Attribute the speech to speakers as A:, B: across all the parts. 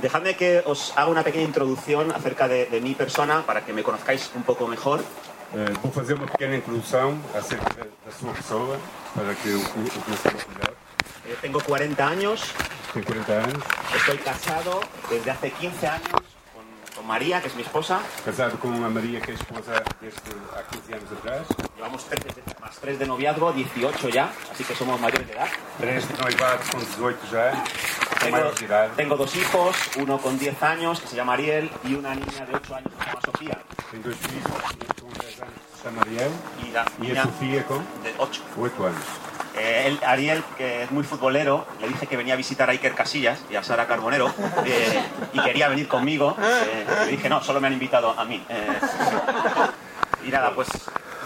A: Dejadme que os haga una pequeña introducción acerca de, de mi persona para que me conozcáis un poco mejor.
B: Eh, vou fazer uma pequena introdução acerca da, da sua pessoa, para que o, o conheçamos melhor.
A: Eh, tengo 40 años,
B: Tenho 40 anos,
A: estoy casado desde hace 15 años con, con María, que es mi esposa.
B: casado com a Maria, que é esposa desde há 15 anos atrás,
A: Llevamos tres de- más 3 de noviazgo, 18 ya, así que somos mayores de edad.
B: 3 de noivado com 18 já, com
A: Tengo,
B: maior de idade.
A: tengo dos hijos, uno con 10 años, que se llama Ariel, y una niña de 8 años que se llama Sofía.
B: Tenho dois filhos, um com 10 anos, que se chama Ariel,
A: Y la
B: e
A: niña
B: a Sofia com
A: de 8.
B: 8 anos.
A: Eh, él- Ariel, que es muy futbolero, le dije que venía a visitar a Iker Casillas y a Sara Carbonero eh, y quería venir conmigo. Eh, le dije, no, solo me han invitado a mí. Eh, y nada, pues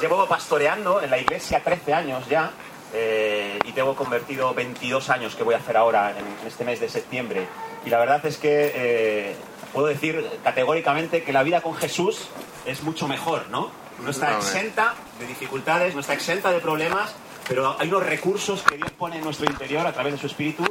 A: llevo pastoreando en la iglesia 13 años ya eh, y tengo convertido 22 años que voy a hacer ahora en, en este mes de septiembre. Y la verdad es que eh, puedo decir categóricamente que la vida con Jesús es mucho mejor, ¿no? No está
C: Amén.
A: exenta de dificultades, no está exenta de problemas, pero hay unos recursos que Dios pone en nuestro interior a través de su espíritu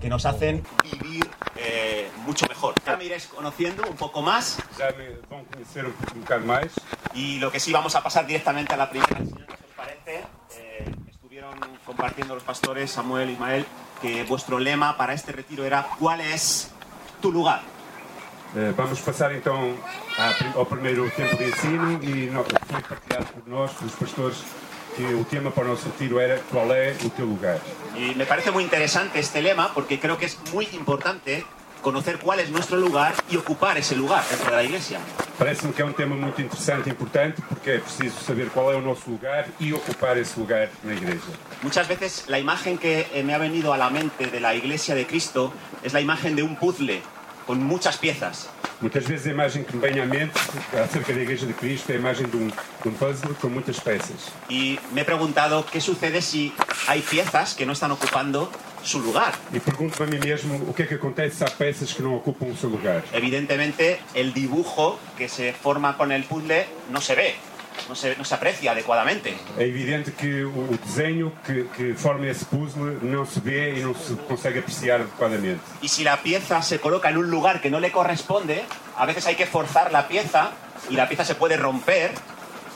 A: que nos hacen vivir eh, mucho mejor. Ya me iréis conociendo un poco más
B: Já me vão conhecer um, um bocado mais.
A: y lo que sí, vamos a pasar directamente a la primera enseñanza, si os parece. Eh, estuvieron compartiendo los pastores Samuel y Ismael que vuestro lema para este retiro era ¿Cuál es tu lugar?
B: Eh, Vamos passar então à pri- ao primeiro tempo de ensino e no- foi partilhado por nós, pelos pastores, que o tema para o nosso retiro era qual é o teu lugar.
A: Y me parece muy interesante este lema porque creo que es muy importante conocer cuál es nuestro lugar y ocupar ese lugar dentro de la iglesia.
B: Parece-me que é um tema muito interessante e importante porque é preciso saber qual é o nosso lugar e ocupar esse lugar na igreja.
A: Muchas veces la imagen que eh, me ha venido a la mente de la iglesia de Cristo es la imagen de un puzzle con muchas piezas.
B: Muitas vezes a imagem que me vem à mente acerca da Igreja de Cristo é a imagem de um, de um puzzle com muitas peças.
A: Y me he preguntado qué sucede si hay piezas que no están ocupando su lugar.
B: E pergunto-me a mim mesmo o que é que acontece se há peças que não ocupam o seu lugar.
A: Evidentemente, el dibujo que se forma con el puzzle no se ve, no se, no se aprecia adecuadamente.
B: É evidente que o o desenho que, que forma esse puzzle não se vê e não se consegue apreciar adequadamente.
A: Y si la pieza se coloca en un lugar que no le corresponde, a veces hay que forzar la pieza y la pieza se puede romper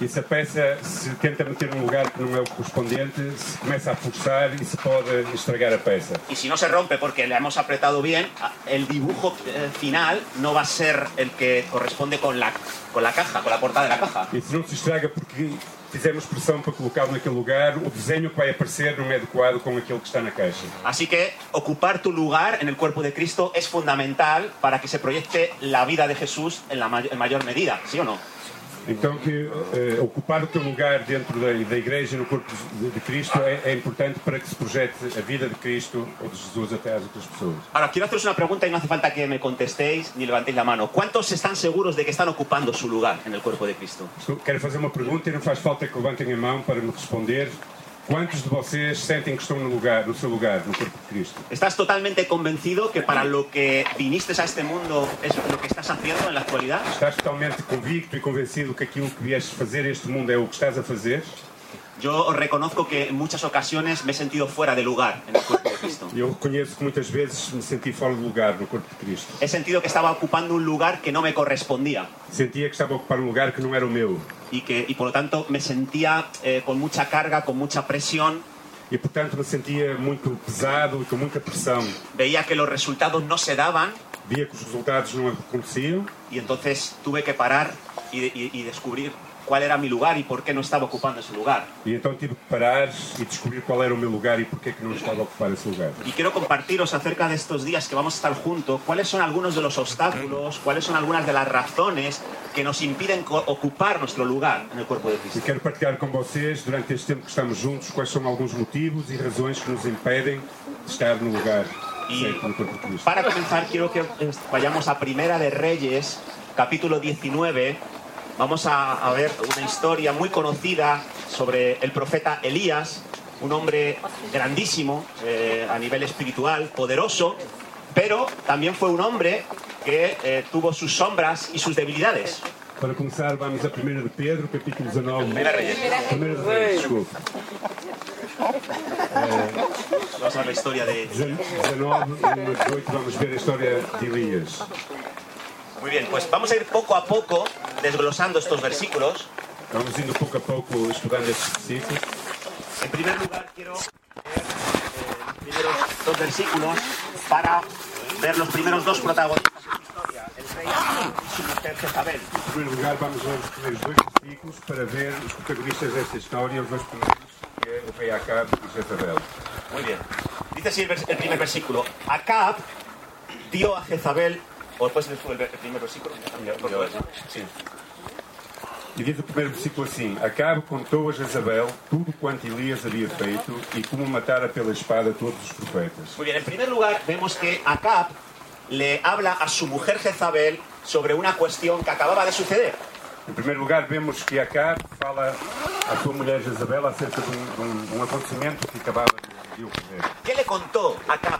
B: E se a peça se tenta meter num lugar que não é o correspondente, se começa a forçar e se pode estragar a peça.
A: y si no se rompe porque la hemos apretado bien, a- el dibujo eh, final no va a ser el que corresponde con la, con la caja, con la portada de la caja.
B: E se não se estraga porque fizemos pressão para colocá-lo naquele lugar, o desenho que vai aparecer não é adequado com aquele que está na caixa.
A: Así que ocupar tu lugar en el cuerpo de Cristo es fundamental para que se proyecte la vida de Jesús en la may- en mayor medida, ¿sí o no?
B: Então que eh, ocupar o teu lugar dentro da, da igreja, no corpo de, de Cristo, é, é importante para que se projete a vida de Cristo ou de Jesus até às outras pessoas.
A: Ahora, quiero haceros una pregunta y no hace falta que me contestéis ni levantéis la mano. ¿Cuántos están seguros de que están ocupando su lugar en el cuerpo de Cristo?
B: Estou- Quero fazer uma pergunta e não faz falta que levantem a mão para me responder. Quantos de vocês sentem que estão no lugar, no seu lugar, no corpo de Cristo?
A: ¿Estás totalmente convencido que para lo que viniste a este mundo es lo que estás haciendo en la actualidad?
B: Estás totalmente convicto e convencido que aquilo que vieste fazer a este mundo é o que estás a fazer?
A: Yo os reconozco que en muchas ocasiones me he sentido fuera de lugar en el cuerpo de Cristo.
B: E eu reconheço que muitas vezes me senti fora de lugar no corpo de Cristo.
A: He sentido que estaba ocupando un lugar que no me correspondía
B: Sentia que estava a ocupar um lugar que não era o meu.
A: y, que, y por lo tanto me sentía eh, con mucha carga, con mucha presión.
B: E portanto me sentia muito pesado e com muita pressão.
A: Veía que los resultados no se daban
B: Via que os resultados não aconteciam
A: y entonces tuve que parar y, y- y descubrir cuál era mi lugar y por qué no estaba ocupando ese lugar.
B: e então tive que parar e descobrir qual era o meu lugar e porque é que não estava a ocupar esse lugar.
A: Y quiero compartiros acerca de estos días que vamos a estar juntos, cuáles son algunos de los obstáculos, cuáles son algunas de las razones que nos impiden co- ocupar nuestro lugar en el cuerpo de
B: E
A: Cristo.
B: quero partilhar com vocês, durante este tempo que estamos juntos, quais são alguns motivos e razões que nos impedem de estar no lugar certo no corpo de Cristo.
A: Para comenzar, quiero que eh, vayamos a Primera de Reyes, capítulo 19. Vamos a, a ver una historia muy conocida sobre el profeta Elías, un hombre grandísimo eh, a nivel espiritual, poderoso, pero también fue un hombre que eh, tuvo sus sombras y sus debilidades.
B: Para começar, vamos a 1 de Pedro, capítulo 19. 1 de Reis, desculpe.
A: Vamos a ver la historia de...
B: 19 e uma 18 vamos ver a história de Elias.
A: Muy bien, pues vamos a ir poco a poco desglosando estos versículos.
B: Vamos indo pouco a pouco estudando estes versículos.
A: En primer lugar, quiero leer eh, los primeros dos versículos para ver los primeros dos protagonistas de la historia, el rey y su mujer Jezabel.
B: Em primeiro lugar, vamos ler os primeiros dois versículos para ver os protagonistas desta história, os dois primeiros, que é o rei Acabe e Jezabel.
A: Muy bien. Dice así el, vers- el primer versículo. Acab dio a Jezabel... ¿O puedes leer tú el, ver- el primer versículo? Sí.
B: E diz o primeiro versículo assim: Acabe contou a Jezabel tudo quanto Elias havia feito e como matara pela espada todos os profetas.
A: Muy bien, en primer lugar vemos que Acab le habla a su mujer Jezabel sobre una cuestión que acababa de suceder.
B: Em primeiro lugar, vemos que Acabe fala à sua mulher Jezabel acerca de um, de um- de um acontecimento que acabava de ocorrer.
A: ¿Qué le contó Acab?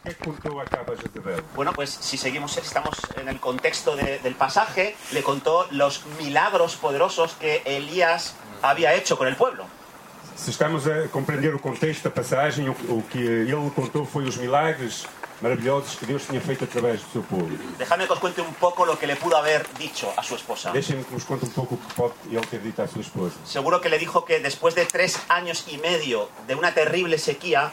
B: O que é que contou Acabe a Jezabel?
A: Bueno, pues si seguimos, estamos en el contexto de- del pasaje, le contó los milagros poderosos que Elías había hecho con el pueblo.
B: Se estamos a compreender o contexto da passagem, o, o que ele contou foi os milagres maravilhosos que Deus tinha feito através do seu povo.
A: Dejadme que os cuente un poco lo que le pudo haber dicho a su esposa.
B: Deixem-me que vos conte um pouco o que pode ele ter dito à sua esposa.
A: Seguro que le dijo que después de tres años y medio de una terrible sequía,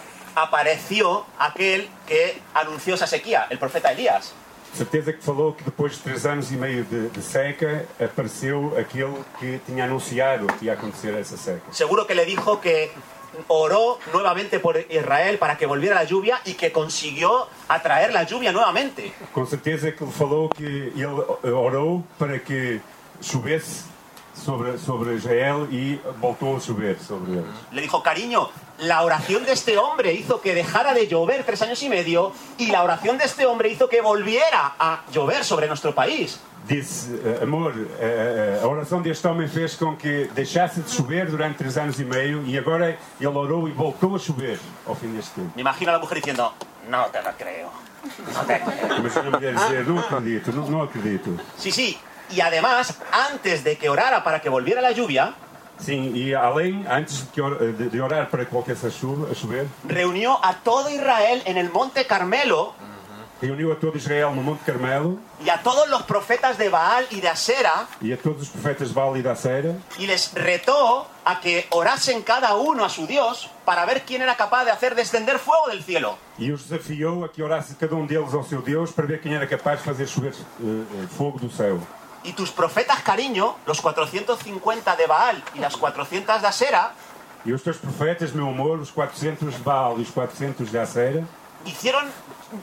A: apareció aquel que anunció esa sequía, el profeta Elías.
B: Certeza que falou que depois de três anos e meio de, de seca, apareceu aquele que tinha anunciado que ia acontecer essa seca.
A: Seguro que le dijo que oró nuevamente por Israel para que volviera la lluvia y que consiguió atraer la lluvia nuevamente.
B: Com certeza que ele falou que ele orou para que chovesse sobre, sobre Israel e voltou a chover sobre eles.
A: Le dijo, cariño, la oración de este hombre hizo que dejara de llover tres años y medio y la oración de este hombre hizo que volviera a llover sobre nuestro país.
B: Disse, "Eh, amor, eh, eh, a oração deste homem fez com que deixasse de chover durante três anos e meio e agora ele orou e voltou a chover ao fim deste tempo.
A: Me imagino a la mujer diciendo, no te lo creo. No te creo.
B: Imagina a mulher dizer, não acredito, não, não acredito.
A: Sí, sí. Y además, antes de que orara para que volviera la lluvia,
B: Sim, e além, antes de, que or- de- de orar para que voltasse a, chuva, a chover,
A: reunió a todo Israel en el monte Carmelo
B: reuniu a todo Israel no Monte Carmelo
A: y a todos los profetas de Baal y de Asera
B: e a todos os profetas de Baal e da Seira
A: y les retó a que orasen cada uno a su Dios para ver quién era capaz de hacer descender fuego del cielo.
B: e os desafiou a que orasse cada um deles ao seu Deus para ver quem era capaz de fazer chover eh, eh, fogo do céu.
A: Y tus profetas, cariño, los 450 de Baal y las 400 de Asera,
B: E os teus profetas, meu amor, os 400 de Baal e os 400 de Aceira,
A: hicieron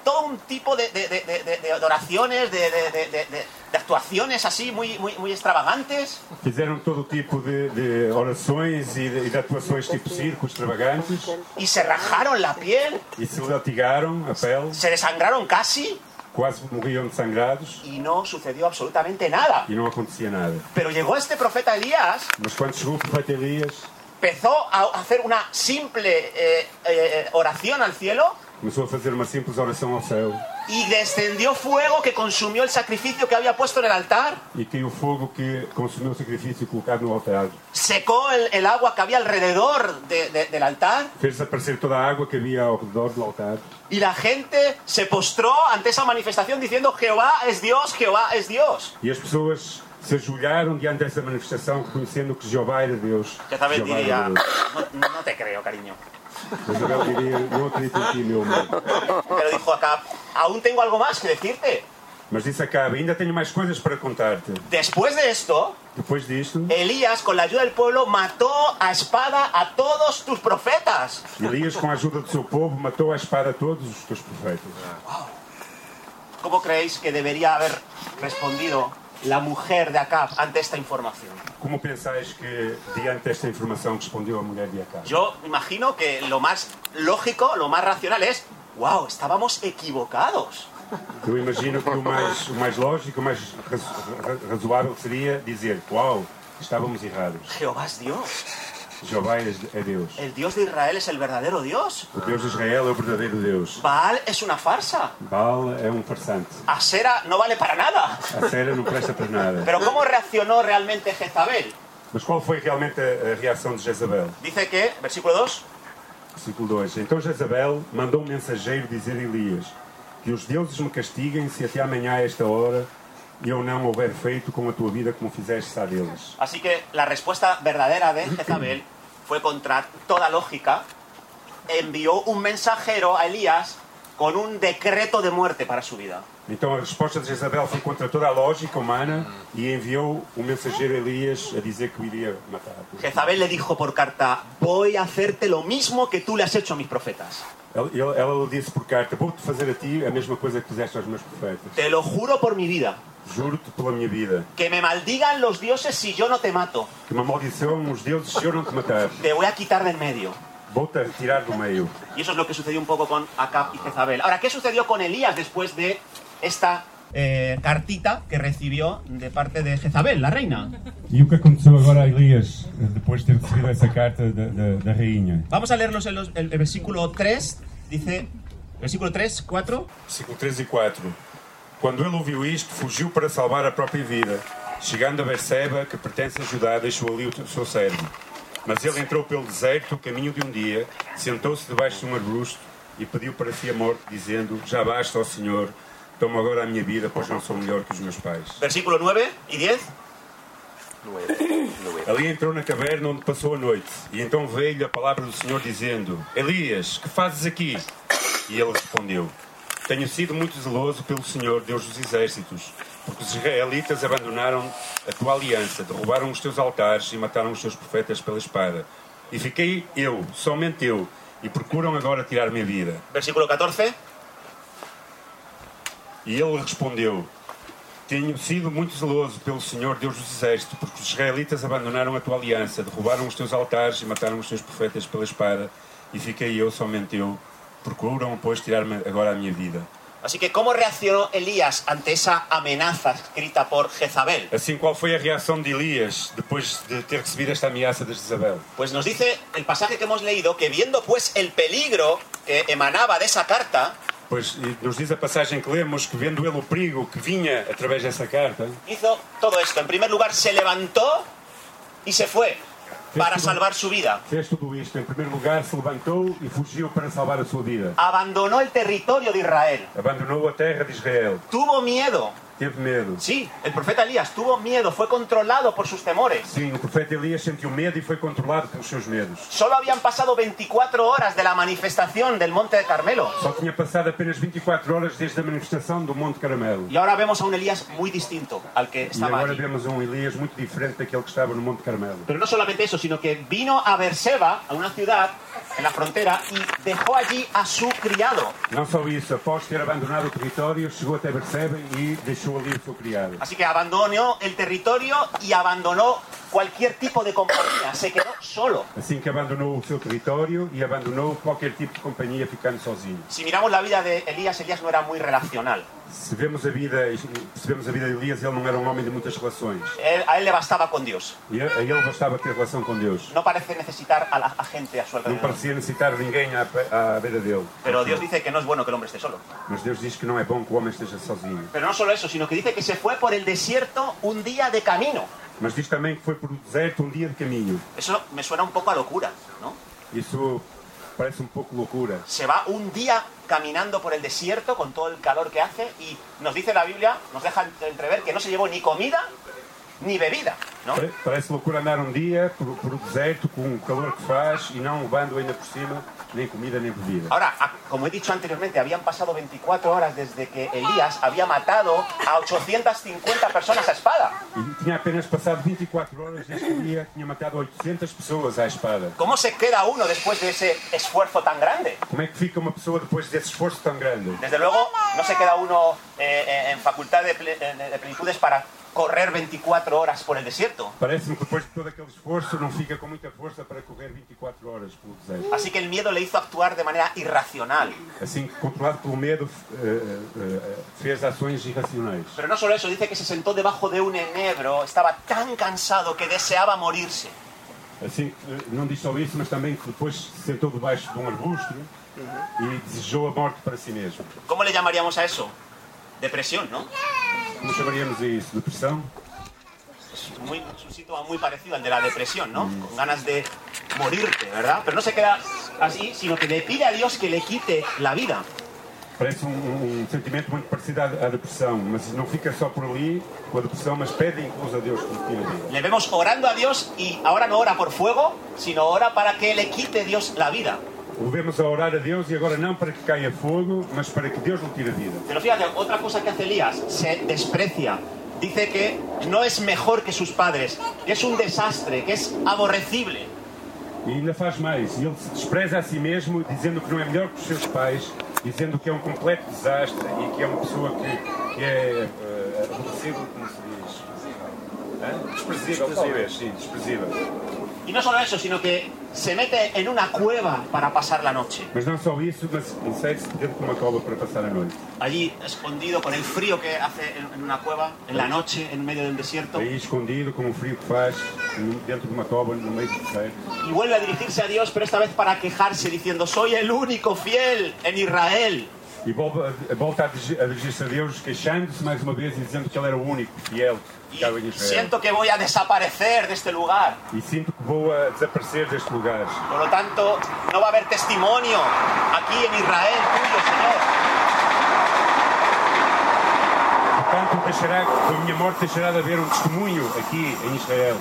A: todo un tipo de, de- de- de- de- de oraciones, de, de- de- de- de- de actuaciones así muy, muy, muy extravagantes.
B: fizeram todo o tipo de, de orações e de, e de atuações tipo circo, extravagantes,
A: Y se rajaron la piel,
B: e se latigaram a pele,
A: se desangraron casi
B: quase morriam desangrados
A: y no sucedió absolutamente nada.
B: e não acontecia nada.
A: Pero llegó este profeta Elías,
B: Mas quando chegou o profeta Elias,
A: empezó a hacer una simple eh, eh, oración al cielo
B: Começou a fazer uma simples oração ao céu
A: y descendió fuego que consumió el sacrificio que había puesto en el altar.
B: e caiu fogo que consumiu o sacrifício colocado no altar.
A: secó el, el agua que había alrededor de- de- del altar
B: Fez desaparecer toda a água que havia ao redor do altar.
A: y la gente se postró ante esa manifestación diciendo Jehová es Dios, Jehová es Dios.
B: E as pessoas se ajoelharam diante dessa manifestação, reconhecendo que Jeová era Deus.
A: Jezabel
B: Jeová
A: diría,
B: era Deus.
A: no, no te creo, cariño.
B: Jezabel diria, não acredito em ti, meu amor.
A: Pero dijo acá, aún tengo algo más que decirte.
B: Mas disse acaba, ainda tenho mais coisas para contar-te.
A: Después de esto,
B: Depois disto,
A: Elías, con la ayuda del pueblo, mató a espada a todos tus profetas.
B: Elias, com a ajuda do seu povo, matou à espada todos os teus profetas.
A: ¿Cómo creéis que debería haber respondido la mujer de Acab ante esta información?
B: Como pensais que, diante desta informação, respondeu a mulher de Acabe?
A: Yo imagino que lo más lógico, lo más racional es, wow, estábamos equivocados.
B: Eu imagino que o mais, o mais lógico, o mais razo- ra- razoável seria dizer: Uau, estávamos errados.
A: Jehová es Dios.
B: Jeová é é Deus.
A: El Dios de Israel es el verdadero Dios.
B: O Deus de Israel é o verdadeiro Deus.
A: Baal es una farsa.
B: Baal é um farsante.
A: Asera no vale para nada.
B: A séria não presta para nada.
A: Pero ¿cómo reaccionó realmente Jezabel?
B: Mas qual foi realmente a, a reação de Jezabel?
A: Dice que, versículo 2,
B: versículo 2. Então Jezabel mandou um mensageiro dizer a Elias: Que os deuses me castiguem se até amanhã a esta hora eu não houver feito com a tua vida como fizeste a deles.
A: Así que la respuesta verdadera de Jezabel fue contra toda lógica. Envió un mensajero a Elías con un decreto de muerte para su vida.
B: Então a resposta de Jezabel foi contra toda a lógica humana e enviou o mensageiro Elias a dizer que o iria matar.
A: Jezabel le dijo por carta, voy a hacerte lo mismo que tú le has hecho a mis profetas.
B: Ela, ele- ela lhe disse por carta: Vou-te fazer a ti a mesma coisa que fizeste aos meus profetas.
A: Te lo juro por mi vida,
B: Juro-te pela minha vida
A: que me maldigan los dioses si yo no te mato.
B: que uma maldição os deuses se eu não te matar.
A: Te voy a quitar del medio.
B: Vou-te a retirar do meio.
A: Y eso es lo que sucedió un poco con Acab y Jezabel. Ahora, ¿qué sucedió con Elías después de esta eh, cartita que recibió de parte de Jezabel, la reina?
B: E o que aconteceu agora a Elias, depois de ter recebido essa carta da, da- da rainha?
A: Vamos a leernos el, el- el versículo 3, dice... Versículo 3, 4.
B: Versículo 3 e 4. Quando ele ouviu isto, fugiu para salvar a própria vida. Chegando a Berseba, que pertence a Judá, deixou ali o seu servo. Mas ele entrou pelo deserto, o caminho de um dia, sentou-se debaixo de um arbusto e pediu para si a morte, dizendo: Já basta, ó Senhor, toma agora a minha vida, pois não sou melhor que os meus pais.
A: Versículo 9 y 10.
B: Ali entrou na caverna onde passou a noite, e então veio-lhe a palavra do Senhor dizendo: Elias, que fazes aqui? E ele respondeu: Tenho sido muito zeloso pelo Senhor, Deus dos exércitos, porque os israelitas abandonaram a tua aliança, derrubaram os teus altares e mataram os teus profetas pela espada. E fiquei eu, somente eu, e procuram agora tirar minha vida.
A: Versículo 14.
B: E ele respondeu: Tenho sido muito zeloso pelo Senhor Deus dos Exércitos, porque os israelitas abandonaram a tua aliança, derrubaram os teus altares e mataram os teus profetas pela espada, e fiquei eu, somente eu. Procuram, pois, tirar-me agora a minha vida.
A: Así que, ¿cómo reaccionó Elías ante esa amenaza escrita por Jezabel?
B: Assim, qual foi a reação de Elias depois de ter recebido esta ameaça de Jezabel?
A: Pues nos dice el pasaje que hemos leído que viendo pues el peligro que emanaba de esa carta,
B: Pois e nos diz a passagem que lemos que, vendo ele o perigo que vinha através dessa carta,
A: hizo todo esto. En primer lugar, se levantó y se fue para salvar su vida.
B: fez tudo isto. Em primeiro lugar, se levantou e fugiu para salvar a sua vida.
A: Abandonó el territorio de Israel.
B: Abandonou a terra de Israel.
A: Tuvo miedo.
B: Teve medo.
A: Sí, el profeta Elías tuvo miedo, fue controlado por sus temores.
B: Sim, o profeta Elias sentiu medo e foi controlado pelos seus medos.
A: Solo habían pasado 24 horas de la manifestación del Monte de Carmelo.
B: Só tinha passado apenas 24 horas desde a manifestação do Monte Caramelo.
A: Y ahora vemos a un Elías muy distinto al que
B: E
A: estaba
B: agora
A: allí.
B: vemos um Elias muito diferente daquele que estava no Monte Carmelo.
A: Pero no solamente eso, sino que vino a Berseba, a una ciudad en la frontera, y dejó allí a su criado.
B: Não só isso, após ter abandonado o território, chegou até Berseba e deixou ali o seu criado.
A: Así que abandonó el territorio y abandonó cualquier tipo de compañía. Se quedó solo.
B: Assim que abandonou o seu território e abandonou qualquer tipo de companhia, ficando sozinho.
A: Si miramos la vida de Elías, Elías no era muy relacional.
B: Se vemos a vida, se vemos a vida de Elias, ele não era um homem de muitas relações.
A: Él- a él le bastaba con Dios.
B: E a a ele bastava ter relação com Deus.
A: No parece necesitar a la a gente a su
B: Não
A: alrededor.
B: parecia necessitar ninguém à, pe- à beira dele.
A: Pero Dios dice que no es bueno que el hombre esté solo.
B: Mas Deus diz que não é bom que o homem esteja sozinho.
A: Pero no solo eso, sino que dice que se fue por el desierto un día de camino.
B: Mas diz também que foi por um deserto um dia de caminho.
A: Eso me suena un poco a locura, ¿no?
B: Isso parece um pouco loucura.
A: se va un día caminando por el desierto con todo el calor que hace y nos dice la Biblia, nos deja entrever que no se llevó ni comida ni bebida, ¿no?
B: Pare- Parece loucura andar um dia por, por um deserto com o calor que faz e não levando ainda por cima nem comida nem bebida.
A: Ahora, a- como he dicho anteriormente, habían pasado 24 horas desde que Elías había matado a 850 personas a espada.
B: E tinha apenas passado 24 horas deste dia, tinha matado 800 pessoas à espada.
A: ¿Cómo se queda uno después de ese esfuerzo tan grande?
B: Como é que fica uma pessoa depois desse esforço tão grande?
A: Desde luego, no se queda uno eh, eh, en facultad de, ple- eh, de plenitudes para correr 24 horas por el desierto.
B: Parece-me que depois de todo aquele esforço não fica com muita força para correr 24 horas pelo deserto.
A: Así que el miedo le hizo actuar de manera irracional.
B: Assim que controlado pelo medo, eh, eh, eh, fez ações irracionais.
A: Pero no solo eso, dice que se sentó debajo de un enebro, estaba tan cansado que deseaba morirse.
B: Assim, eh, não diz só isso, mas também que depois se sentou debaixo de um arbusto e desejou a morte para si mesmo.
A: ¿Cómo le llamaríamos a eso? Depresión, ¿no?
B: Como chamaríamos a isso? Depressão?
A: es muy, es un síntoma muy parecido al de la depresión, ¿no? Con ganas de morirte, ¿verdad? Pero no se queda así, sino que le pide a Dios que le quite la vida.
B: Parece um, um sentimento muito parecido à, à depressão, mas não fica só por ali com a depressão, mas pede incluso a Deus que lhe tire a vida.
A: Le vemos orando a Dios y ahora no ora por fuego, sino ora para que le quite Dios la vida.
B: O vemos a orar a Deus e agora não para que caia fogo, mas para que Deus lhe tire a vida.
A: Pero fíjate, otra cosa que hace Elías, se desprecia. Dice que no es mejor que sus padres, que es un desastre, que es aborrecible.
B: E ainda faz mais, ele se despreza a si mesmo, dizendo que não é melhor que os seus pais, dizendo que é um completo desastre e que é uma pessoa que, que é eh, aborrecível, como se diz. Hã? Desprezível, talvez, sim, desprezível.
A: Y no solo eso, sino que se mete en una cueva para pasar la noche.
B: Mas não só isso, mas insere-se dentro de uma cova para passar a noite.
A: Allí escondido con el frío que hace en en una cueva, en la noche, en medio del desierto.
B: Aí escondido, com o frio que faz, no- dentro de uma cova, no meio do deserto.
A: Y vuelve a dirigirse a Dios, pero esta vez para quejarse, diciendo, soy el único fiel en Israel.
B: E volta a- volta a dirigir- a dirigir-se a Deus, queixando-se mais uma vez e dizendo que ele era o único fiel
A: Y
B: que ficava em Israel.
A: siento que voy a desaparecer de este lugar.
B: E sinto que vou a desaparecer deste lugar.
A: Por lo tanto, no va a haber testimonio aquí en Israel tuyo, Señor.
B: Portanto, deixará, com a minha morte deixará de haver um testemunho aqui em Israel,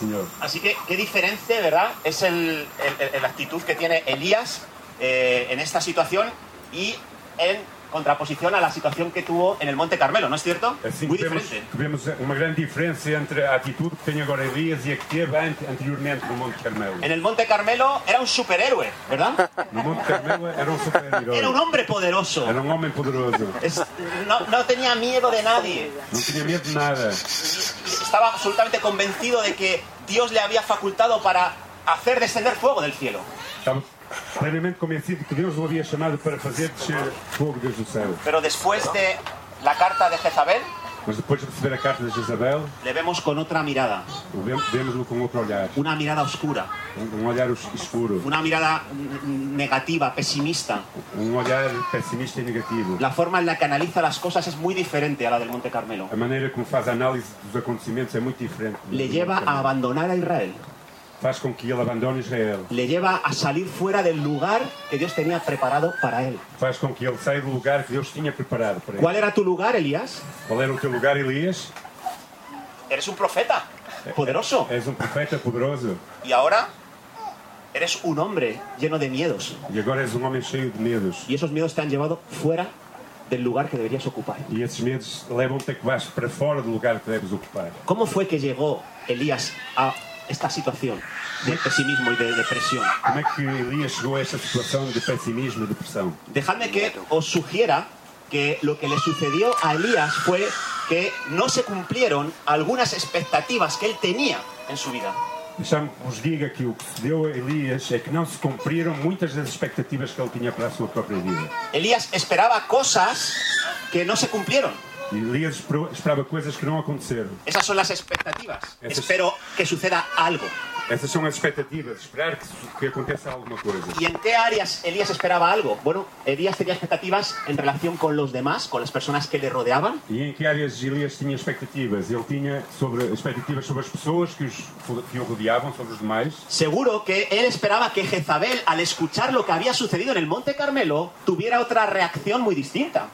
B: Senhor.
A: Así que qué diferencia, ¿verdad? Es el, el- el- la actitud que tiene Elías eh, en esta situación y en contraposición a la situación que tuvo en el Monte Carmelo, ¿no es cierto?
B: Assim
A: Muy
B: que vemos,
A: diferente.
B: que vemos uma grande diferença entre a atitude que tem agora Elias e a que teve ante- anteriormente no Monte Carmelo.
A: En el Monte Carmelo era un superhéroe, ¿verdad?
B: No Monte Carmelo era um
A: Era un
B: super-herói,
A: hombre poderoso.
B: era um homem poderoso,
A: Es- no, no tenía miedo de nadie.
B: não tinha medo de nada.
A: Estaba absolutamente convencido de que Dios le había facultado para hacer descender fuego del cielo.
B: Estava plenamente convencido que Deus o havia chamado para fazer descer fogo desde o céu.
A: Pero después de la carta de Jezabel,
B: Mas depois de receber a carta de Jezabel,
A: le vemos con otra mirada,
B: o vem- vemos-lo com outro olhar,
A: una mirada oscura,
B: um um olhar os- escuro,
A: una mirada mm, negativa, pesimista.
B: um olhar pessimista e negativo.
A: La forma en la que analiza las cosas es muy diferente a la del Monte Carmelo.
B: A maneira como faz a análise dos acontecimentos é muito diferente.
A: Le lleva a abandonar a Israel,
B: Faz com que ele abandone Israel.
A: le lleva a salir fuera del lugar que Dios tenía preparado para él.
B: Faz com que ele saia do lugar que Deus tinha preparado para ele.
A: ¿Cuál era tu lugar, Elías?
B: Qual era o teu lugar, Elias?
A: Eres un profeta, poderoso.
B: És um profeta poderoso
A: Y ahora eres un hombre lleno de miedos.
B: e agora és um homem cheio de medos.
A: Y esos miedos te han llevado fuera del lugar que deberías ocupar.
B: E esses medos levam-te a que vais para fora do lugar que deves ocupar.
A: ¿Cómo fue que llegó Elías a esta situación de pesimismo y de depresión?
B: Como é que Elias chegou a esta situação de pessimismo e depressão?
A: Dejadme que os sugiera que lo que le sucedió a Elías fue que no se cumplieron algunas expectativas que él tenía en su vida.
B: Deixa-me que vos diga que o que se deu a Elias é que não se cumpriram muitas das expectativas que ele tinha para a sua própria vida.
A: Elías esperaba cosas que no se cumplieron.
B: E Elias esperou- esperava coisas que não aconteceram.
A: Esas son las expectativas.
B: Eso es-
A: Espero que suceda algo.
B: Essas são as expectativas, esperar que, su- que aconteça alguma coisa.
A: ¿Y en qué áreas Elías esperaba algo? Bueno, Elías tenía expectativas en relación con los demás, con las personas que le rodeaban.
B: E em que áreas Elias tinha expectativas? Ele tinha sobre, expectativas sobre as pessoas que, os, fo- que o rodeavam, sobre os demais.
A: Seguro que él esperaba que Jezabel, al escuchar lo que había sucedido en el Monte Carmelo, tuviera otra reacción muy distinta.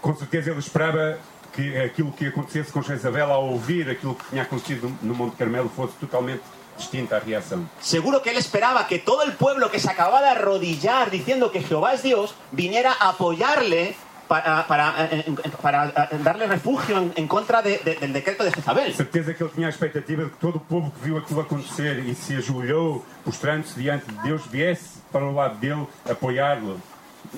B: Com certeza ele esperava que aquilo que acontecesse com Jezabel ao ouvir aquilo que tinha acontecido no Monte Carmelo fosse totalmente distinta à reação.
A: Seguro que él esperaba que todo el pueblo que se acababa de arrodillar diciendo que Jehová es Dios viniera a apoyarle para, para, eh, eh, para, eh, darle refugio en, en contra de- de- del decreto de Jezabel.
B: Certeza que ele tinha a expectativa de que todo o povo que viu aquilo acontecer e se ajoelhou, mostrando-se diante de Deus, viesse para o lado dele apoiá-lo.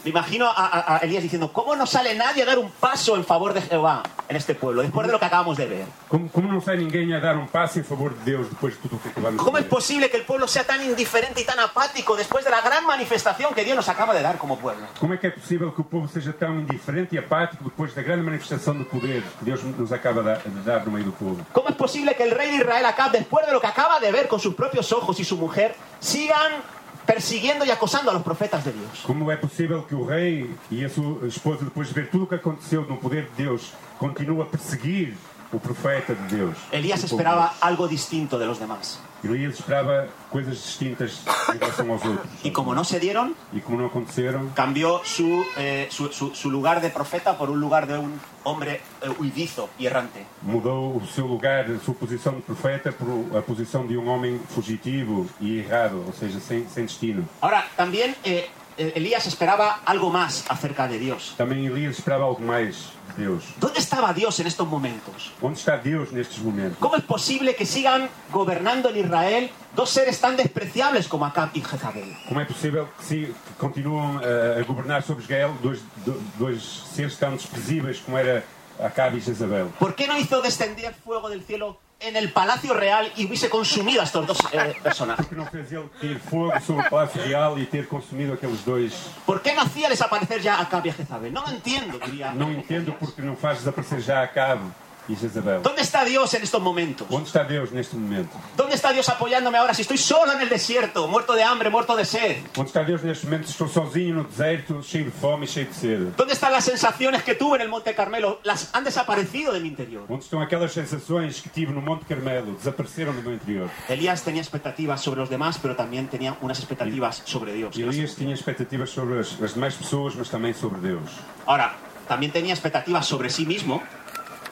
A: Me imagino a, a- a Elías diciendo, ¿cómo no sale nadie a dar un paso en favor de Jehová en este pueblo, después de lo que acabamos de ver?
B: Como, como não sai ninguém a dar um passo em favor de Deus depois de tudo o que acabamos de
A: ¿Cómo es
B: ver?
A: posible é que el pueblo sea tan indiferente y tan apático después de la gran manifestación que Dios nos acaba de dar como pueblo?
B: Como é que é possível que o povo seja tão indiferente e apático depois da grande manifestação do poder que Deus nos acaba da- de dar no meio do povo?
A: ¿Cómo es posible que el rey de Israel acá, después de lo que acaba de ver con sus propios ojos y su mujer, sigan persiguiendo y acosando a los profetas de Dios?
B: Como é possível que o rei e a sua esposa, depois de ver tudo o que aconteceu no poder de Deus, continue a perseguir o profeta de Deus.
A: Elías
B: o povo
A: esperaba algo distinto de los demás.
B: de Deus. Elias esperava coisas distintas em relação aos outros.
A: Y como no se dieron,
B: E como não aconteceram,
A: cambió su, eh, su, su- su lugar de profeta por un lugar de un hombre eh, huidizo y errante.
B: mudou o seu lugar, a sua posição de profeta, por a posição de um homem fugitivo e errado, ou seja, sem, sem destino.
A: Ahora, también eh, eh, Elías esperaba algo más acerca de Dios.
B: Também Elias esperava algo mais de Deus.
A: ¿Dónde estaba Dios en estos momentos?
B: Onde está Deus nestes momentos?
A: ¿Cómo es posible que sigan gobernando en Israel dos seres tan despreciables como Acab y Jezabel?
B: Como é possível que, se, que continuam eh, a governar sobre Israel dois, do- dois seres tão desprezíveis como era Acabe e Jezabel?
A: ¿Por qué no hizo descender fuego del cielo en el palacio real y hubiese consumido a estos dos eh, personajes?
B: Porque não fez ele ter fogo sobre o Palácio Real e ter consumido aqueles dois?
A: ¿Por qué no hacía desaparecer ya a Acab y a Jezabel? No lo entiendo, diría.
B: Não entendo porque não faz desaparecer já Acabe e Jezabel.
A: ¿Dónde está Dios en estos momentos?
B: Onde está Deus neste momento?
A: ¿Dónde está Dios apoyándome ahora si estoy solo en el desierto, muerto de hambre, muerto de sed?
B: Onde está Deus neste momento? Estou sozinho no deserto, cheio de fome e cheio de sede.
A: ¿Dónde están las sensaciones que tuve en el Monte Carmelo? Las han desaparecido de mi interior.
B: Onde estão aquelas sensações que tive no Monte Carmelo? Desapareceram do meu interior.
A: Elías tenía expectativas sobre los demás, pero también tenía unas expectativas sobre Dios.
B: Elias tinha expectativas sobre as, as demais pessoas, mas também sobre Deus.
A: Ahora, también tenía expectativas sobre sí mismo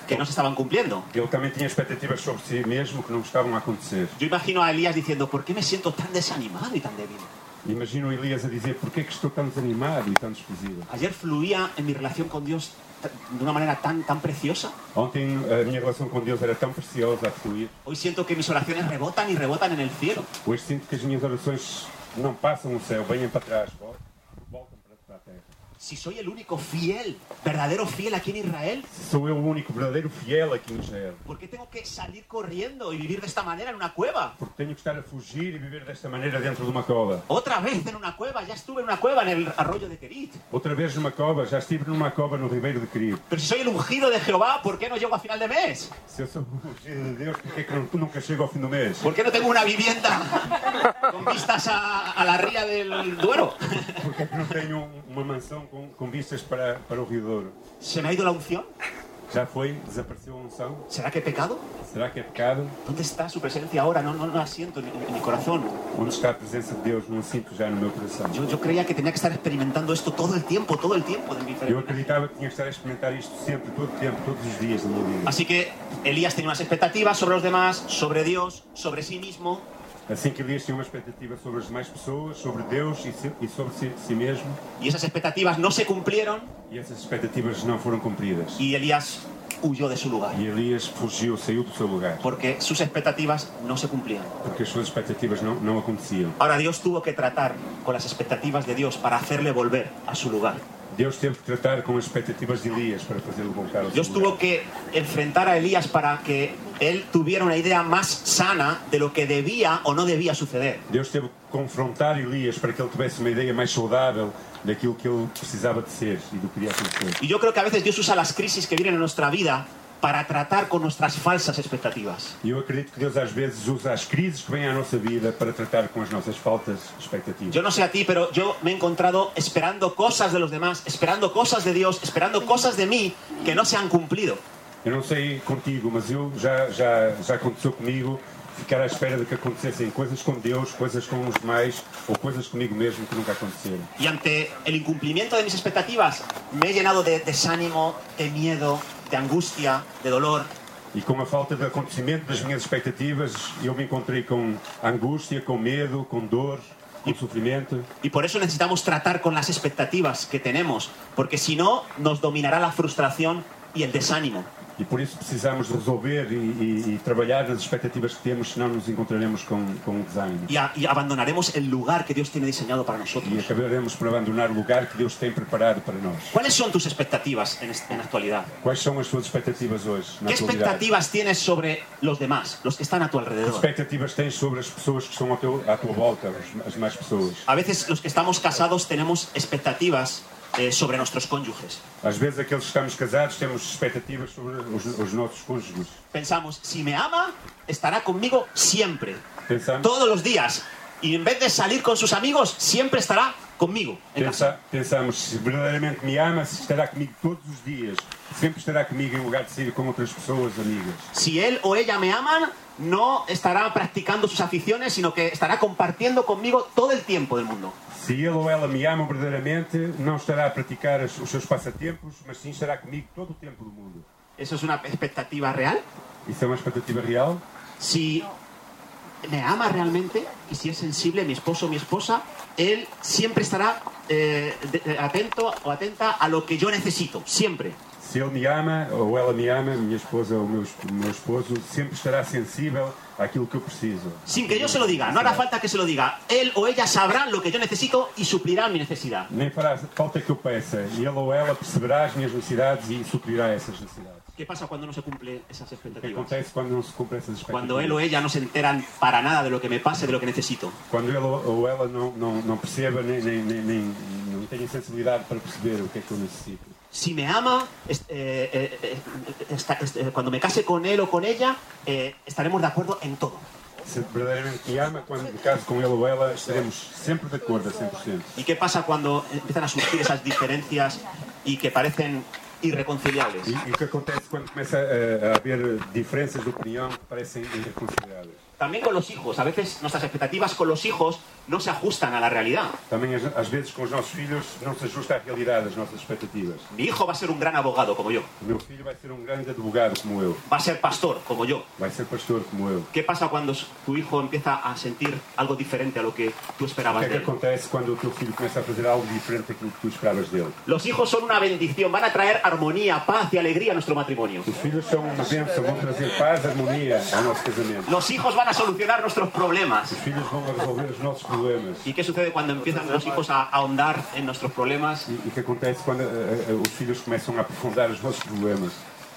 A: que no se estaban cumpliendo.
B: Ele também tinha expectativas sobre si mesmo que não estavam a acontecer.
A: Yo imagino a Elías diciendo, ¿por qué me siento tan desanimado y tan débil?
B: Imagino Elias a dizer: Porquê é que estou tão desanimado e tão desprezível?
A: Ayer fluía en mi relación con Dios t- de una manera tan, tan preciosa.
B: Ontem a minha relação com Deus era tão preciosa a fluir.
A: Hoy siento que mis oraciones rebotan y rebotan en el cielo.
B: Hoje sinto que as minhas orações não passam o céu, venham para trás, vol- voltam para- para a terra.
A: Si soy el único fiel, verdadero fiel aquí en Israel,
B: Sou eu o único verdadeiro fiel aqui em Israel.
A: ¿por qué tengo que salir corriendo y vivir de esta manera en una cueva?
B: Porque tenho que estar a fugir e viver desta maneira dentro de uma cova.
A: Otra vez en una cueva, ya estuve en una cueva en el arroyo de Kerit.
B: Outra vez numa cova, já estive numa cova no Ribeiro de Crio.
A: Pero si soy el ungido de Jehová, ¿por qué no llego a final de mes?
B: Se eu sou ungido de Deus, porquê é que nu- nunca chego ao fim do mês?
A: ¿Por qué no tengo una vivienda con vistas a, a la ría del Duero?
B: Porquê é que não tenho um- uma mansão com, com vistas para, para o Rio Douro?
A: ¿Se me ha ido la unción?
B: Já foi? Desapareceu a unção?
A: ¿Será que he pecado?
B: Será que é pecado?
A: ¿Dónde está su presencia ahora? No, no, no la siento en, en mi corazón.
B: Onde está a presença de Deus? Não sinto já no meu coração.
A: Yo, yo creía que tenía que estar experimentando esto todo el tiempo, todo el tiempo de mi
B: Eu
A: fe.
B: acreditava que tinha que estar a experimentar isto sempre, todo o tempo, todos os dias da minha vida.
A: Así que Elías tenía unas expectativas sobre los demás, sobre Dios, sobre sí mismo.
B: Assim que Elias tinha uma expectativa sobre as demais pessoas, sobre Deus e, si- e sobre si, si mesmo,
A: Y esas expectativas no se cumplieron
B: e essas expectativas não foram cumpridas.
A: y Elías huyó de su lugar.
B: E Elias fugiu, saiu do seu lugar,
A: Porque sus expectativas no se cumplían.
B: porque as suas expectativas não, não aconteciam.
A: Ahora Dios tuvo que tratar con las expectativas de Dios para hacerle volver a su lugar.
B: Deus teve que tratar com as expectativas de Elias para fazê-lo voltar ao seu
A: Dios
B: lugar.
A: tuvo que enfrentar a Elías para que él tuviera una idea más sana de lo que debía o no debía suceder.
B: Deus teve que confrontar Elias para que ele tivesse uma ideia mais saudável daquilo que ele precisava de ser e do que iria acontecer.
A: Y yo creo que a veces Dios usa las crisis que vienen en nuestra vida para tratar con nuestras falsas expectativas.
B: E eu acredito que Deus às vezes usa as crises que vêm à nossa vida para tratar com as nossas faltas de expectativas.
A: Yo no sé a ti, pero yo me he encontrado esperando cosas de los demás, esperando cosas de Dios, esperando cosas de mí que no se han cumplido.
B: Eu não sei contigo, mas eu já, já, já aconteceu comigo ficar à espera de que acontecessem coisas com Deus, coisas com os demais ou coisas comigo mesmo que nunca aconteceram.
A: Y ante el incumplimiento de mis expectativas, me he llenado de desánimo, de miedo, de angustia, de dolor.
B: E com a falta de acontecimento das minhas expectativas, eu me encontrei com angústia, com medo, com dor, com sofrimento.
A: Y por eso necesitamos tratar con las expectativas que tenemos, porque si no, nos dominará la frustración y el desánimo.
B: E por isso precisamos de resolver e, e- e trabalhar as expectativas que temos, senão nos encontraremos com, com o desânimo.
A: Y, a- y abandonaremos el lugar que Dios tiene diseñado para
B: E
A: nosotros.
B: acabaremos por abandonar o lugar que Deus tem preparado para nós.
A: ¿Cuáles son tus expectativas en, est- en la actualidad?
B: Quais são as suas expectativas hoje, na
A: ¿Qué
B: atualidade?
A: expectativas tienes sobre los demás, los que están a tu
B: Que
A: alrededor?
B: expectativas tens sobre as pessoas que estão ao teu- à tua volta, as, as mais pessoas?
A: A veces los que estamos casados tenemos expectativas eh, sobre nuestros cónyuges.
B: Às vezes, aqueles que estamos casados, temos expectativas sobre os, os nossos cônjuges.
A: Pensamos, si me ama, estará conmigo siempre.
B: Pensamos,
A: todos los días. Y en vez de salir con sus amigos, siempre estará conmigo en casa.
B: Pensa- pensamos, se verdadeiramente me ama, se estará comigo todos os dias. Sempre estará comigo em lugar de sair com outras pessoas, amigas.
A: Si él o ella me aman, no estará practicando sus aficiones, sino que estará compartiendo conmigo todo el tiempo del mundo.
B: Se ele ou ela me amam verdadeiramente, não estará a praticar as- os seus passatempos, mas sim estará comigo todo o tempo do mundo.
A: ¿Eso es una expectativa real?
B: Isso é uma expectativa real?
A: Si me ama realmente y si es sensible mi esposo o mi esposa, él siempre estará eh, de- eh, atento o atenta a lo que yo necesito, siempre.
B: Se ele me ama ou ela me ama, minha esposa ou meu, es- meu esposo, sempre estará sensível àquilo que eu preciso.
A: Sin que yo se lo diga, no hará falta que se lo diga. Él o ella sabrán lo que yo necesito y suplirán mi necesidad.
B: Nem fará falta que eu peça. Ele ou ela perceberá as minhas necessidades e suprirá essas necessidades.
A: ¿Qué pasa cuando no se cumplen esas
B: O que
A: expectativas?
B: acontece quando não se cumpre essas expectativas?
A: Cuando él o ella no se enteran para nada de lo que me pase, de lo que necesito.
B: Quando ele ou ela não, não, não perceba, nem, nem, nem, nem não tenha sensibilidade para perceber o que é que eu necessito.
A: Si me ama, es- eh, eh, eh, esta- es- eh, cuando me case con él o con ella, eh, estaremos de acuerdo en todo.
B: Se verdadeiramente me ama, quando me caso com ele ou ela, estaremos sempre de acordo a 100%.
A: ¿Y qué pasa cuando empiezan a surgir esas diferencias y que parecen irreconciliables?
B: E, e o que acontece quando começa a, a haver diferenças de opinião que parecem irreconciliáveis?
A: También con los hijos. A veces nuestras expectativas con los hijos no se ajustan a la realidad.
B: Também, às- às vezes, com os nossos filhos, não se ajusta à realidade as nossas expectativas.
A: Mi hijo va a ser un gran abogado como yo,
B: O meu filho vai ser um grande advogado como eu,
A: va a ser pastor como yo.
B: vai ser pastor como eu.
A: ¿Qué pasa cuando s- tu hijo empieza a sentir algo diferente a lo que tú
B: O que
A: esperabas
B: é
A: de
B: que
A: él?
B: acontece quando o teu filho começa a fazer algo diferente daquilo que tu esperavas dele?
A: Los hijos son una bendición, van a traer armonía, paz y alegría a nuestro matrimonio.
B: Os filhos são uma bênção, vão trazer paz, harmonia ao nosso casamento.
A: Los hijos van a solucionar nuestros problemas.
B: Os filhos vão resolver os nossos problemas.
A: ¿Y qué sucede cuando empiezan los hijos a ahondar en nuestros problemas?
B: E e o que acontece quando eh, eh, os filhos começam a aprofundar os nossos problemas?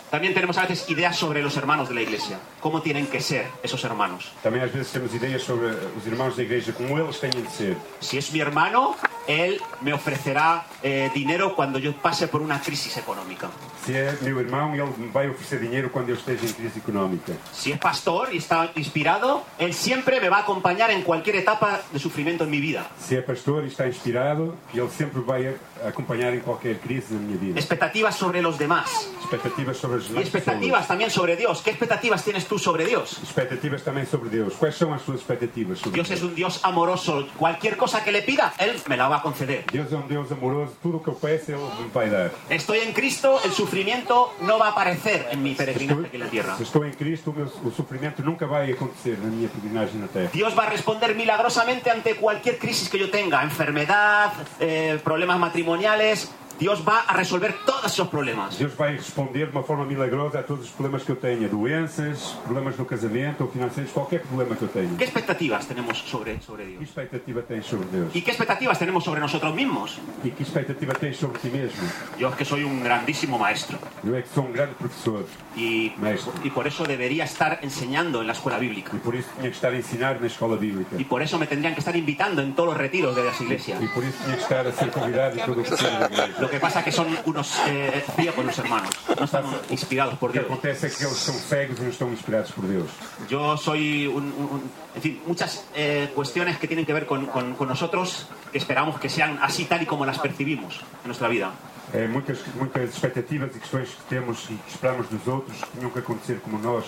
A: También tenemos a veces ideas sobre los hermanos de la iglesia. ¿Cómo tienen que ser esos hermanos?
B: Também às vezes temos ideias sobre eh, os irmãos da igreja, como eles têm de ser.
A: Si es mi hermano, él me ofrecerá eh, dinero cuando yo pase por una crisis económica.
B: Se é meu irmão, ele me vai oferecer dinheiro quando eu esteja em crise económica.
A: Si es pastor y está inspirado, él siempre me va a acompañar en cualquier etapa de sufrimiento en mi vida.
B: Se é pastor e está inspirado, ele sempre vai acompanhar em qualquer crise na minha vida.
A: Expectativas sobre los demás.
B: Expectativas sobre as
A: Y
B: demais pessoas.
A: expectativas también sobre Dios. ¿Qué expectativas tienes tú sobre Dios?
B: Expectativas também sobre Deus. Quais são as suas expectativas sobre
A: Dios es
B: Deus?
A: un Dios amoroso. Cualquier cosa que le pida, Él me la va a conceder.
B: Deus é um Deus amoroso. Tudo o que eu peço, Ele me vai dar.
A: Estoy en Cristo, el sufrimiento no va a aparecer en mi peregrinaje aquí en la tierra.
B: Se estou em Cristo, o, meu, o sofrimento nunca vai acontecer na minha peregrinagem na Terra.
A: Dios va a responder milagrosamente ante cualquier crisis que yo tenga, enfermedad, eh, problemas matrimoniales. Dios va a resolver todos esos problemas.
B: Deus vai responder de uma forma milagrosa a todos os problemas que eu tenha. Doenças, problemas no casamento ou financeiros, qualquer problema que eu tenha.
A: ¿Qué
B: Que
A: expectativas tenemos sobre, sobre Dios?
B: expectativa tens sobre Deus?
A: ¿Y qué expectativas tenemos sobre nosotros mismos?
B: E que expectativa tens sobre ti mesmo?
A: Yo es que soy un grandísimo maestro
B: Eu é que sou um grande professor
A: y,
B: Maestro.
A: y por eso debería estar enseñando en la escuela bíblica.
B: e por isso tinha que estar a ensinar na escola bíblica.
A: Y por eso me tendrían que estar invitando en todos los retiros de las iglesias.
B: E por isso tinha que estar a ser convidado em todo o conselho da igreja.
A: Lo que pasa es que son unos eh, ciegos los hermanos, no están inspirados por
B: O
A: Dios.
B: que acontece é que eles são cegos e não estão inspirados por Deus.
A: Yo soy un... un- un- en fin, muchas eh, cuestiones que tienen que ver con, con- con nosotros que esperamos que sean así tal y como las percibimos en nuestra vida.
B: É, muitas, muitas expectativas e questões que temos e que esperamos dos outros tinham que acontecer como nós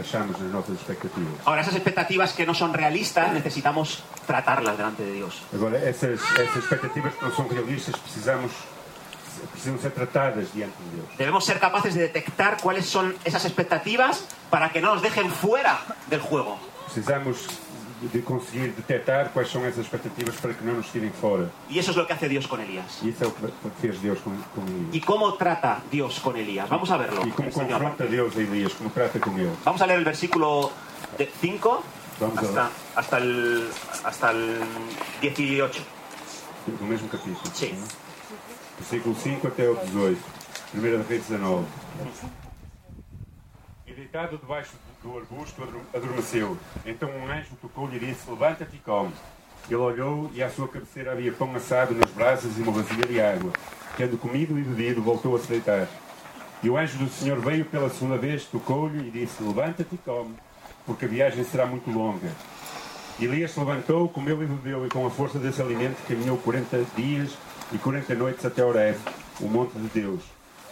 B: achamos as nossas expectativas.
A: Ahora, esas expectativas que no son realistas necesitamos tratarlas delante de Dios.
B: Agora, essas, essas expectativas que não são realistas precisamos, precisam ser tratadas diante de Deus.
A: Debemos ser capaces de detectar cuáles son esas expectativas para que no nos dejen fuera del juego.
B: Precisamos de conseguir detectar quais são essas expectativas para que não nos tirem fora.
A: Y eso es lo que hace Dios con Elías.
B: E isso é o que fez Deus com, com Elias.
A: ¿Y cómo trata Dios con Elías? Vamos a verlo.
B: E como confronta Deus a Elias, como trata com ele.
A: Vamos a leer el versículo 5
B: Vamos a
A: hasta,
B: ver.
A: hasta, el, hasta el 18.
B: Do mesmo capítulo.
A: Sim.
B: não é? Versículo 5 até o 18. 1 Reis 19. E deitado debaixo do arbusto adorme- adormeceu. Então um anjo tocou-lhe e disse: Levanta-te e come. Ele olhou e à sua cabeceira havia pão assado nas brasas e uma vasilha de água. Tendo comido e bebido, voltou a se deitar. E o anjo do Senhor veio pela segunda vez, tocou-lhe e disse: Levanta-te e come, porque a viagem será muito longa. Elias se levantou, comeu e bebeu, e com a força desse alimento caminhou 40 dias e 40 noites até Horeb, o monte de Deus.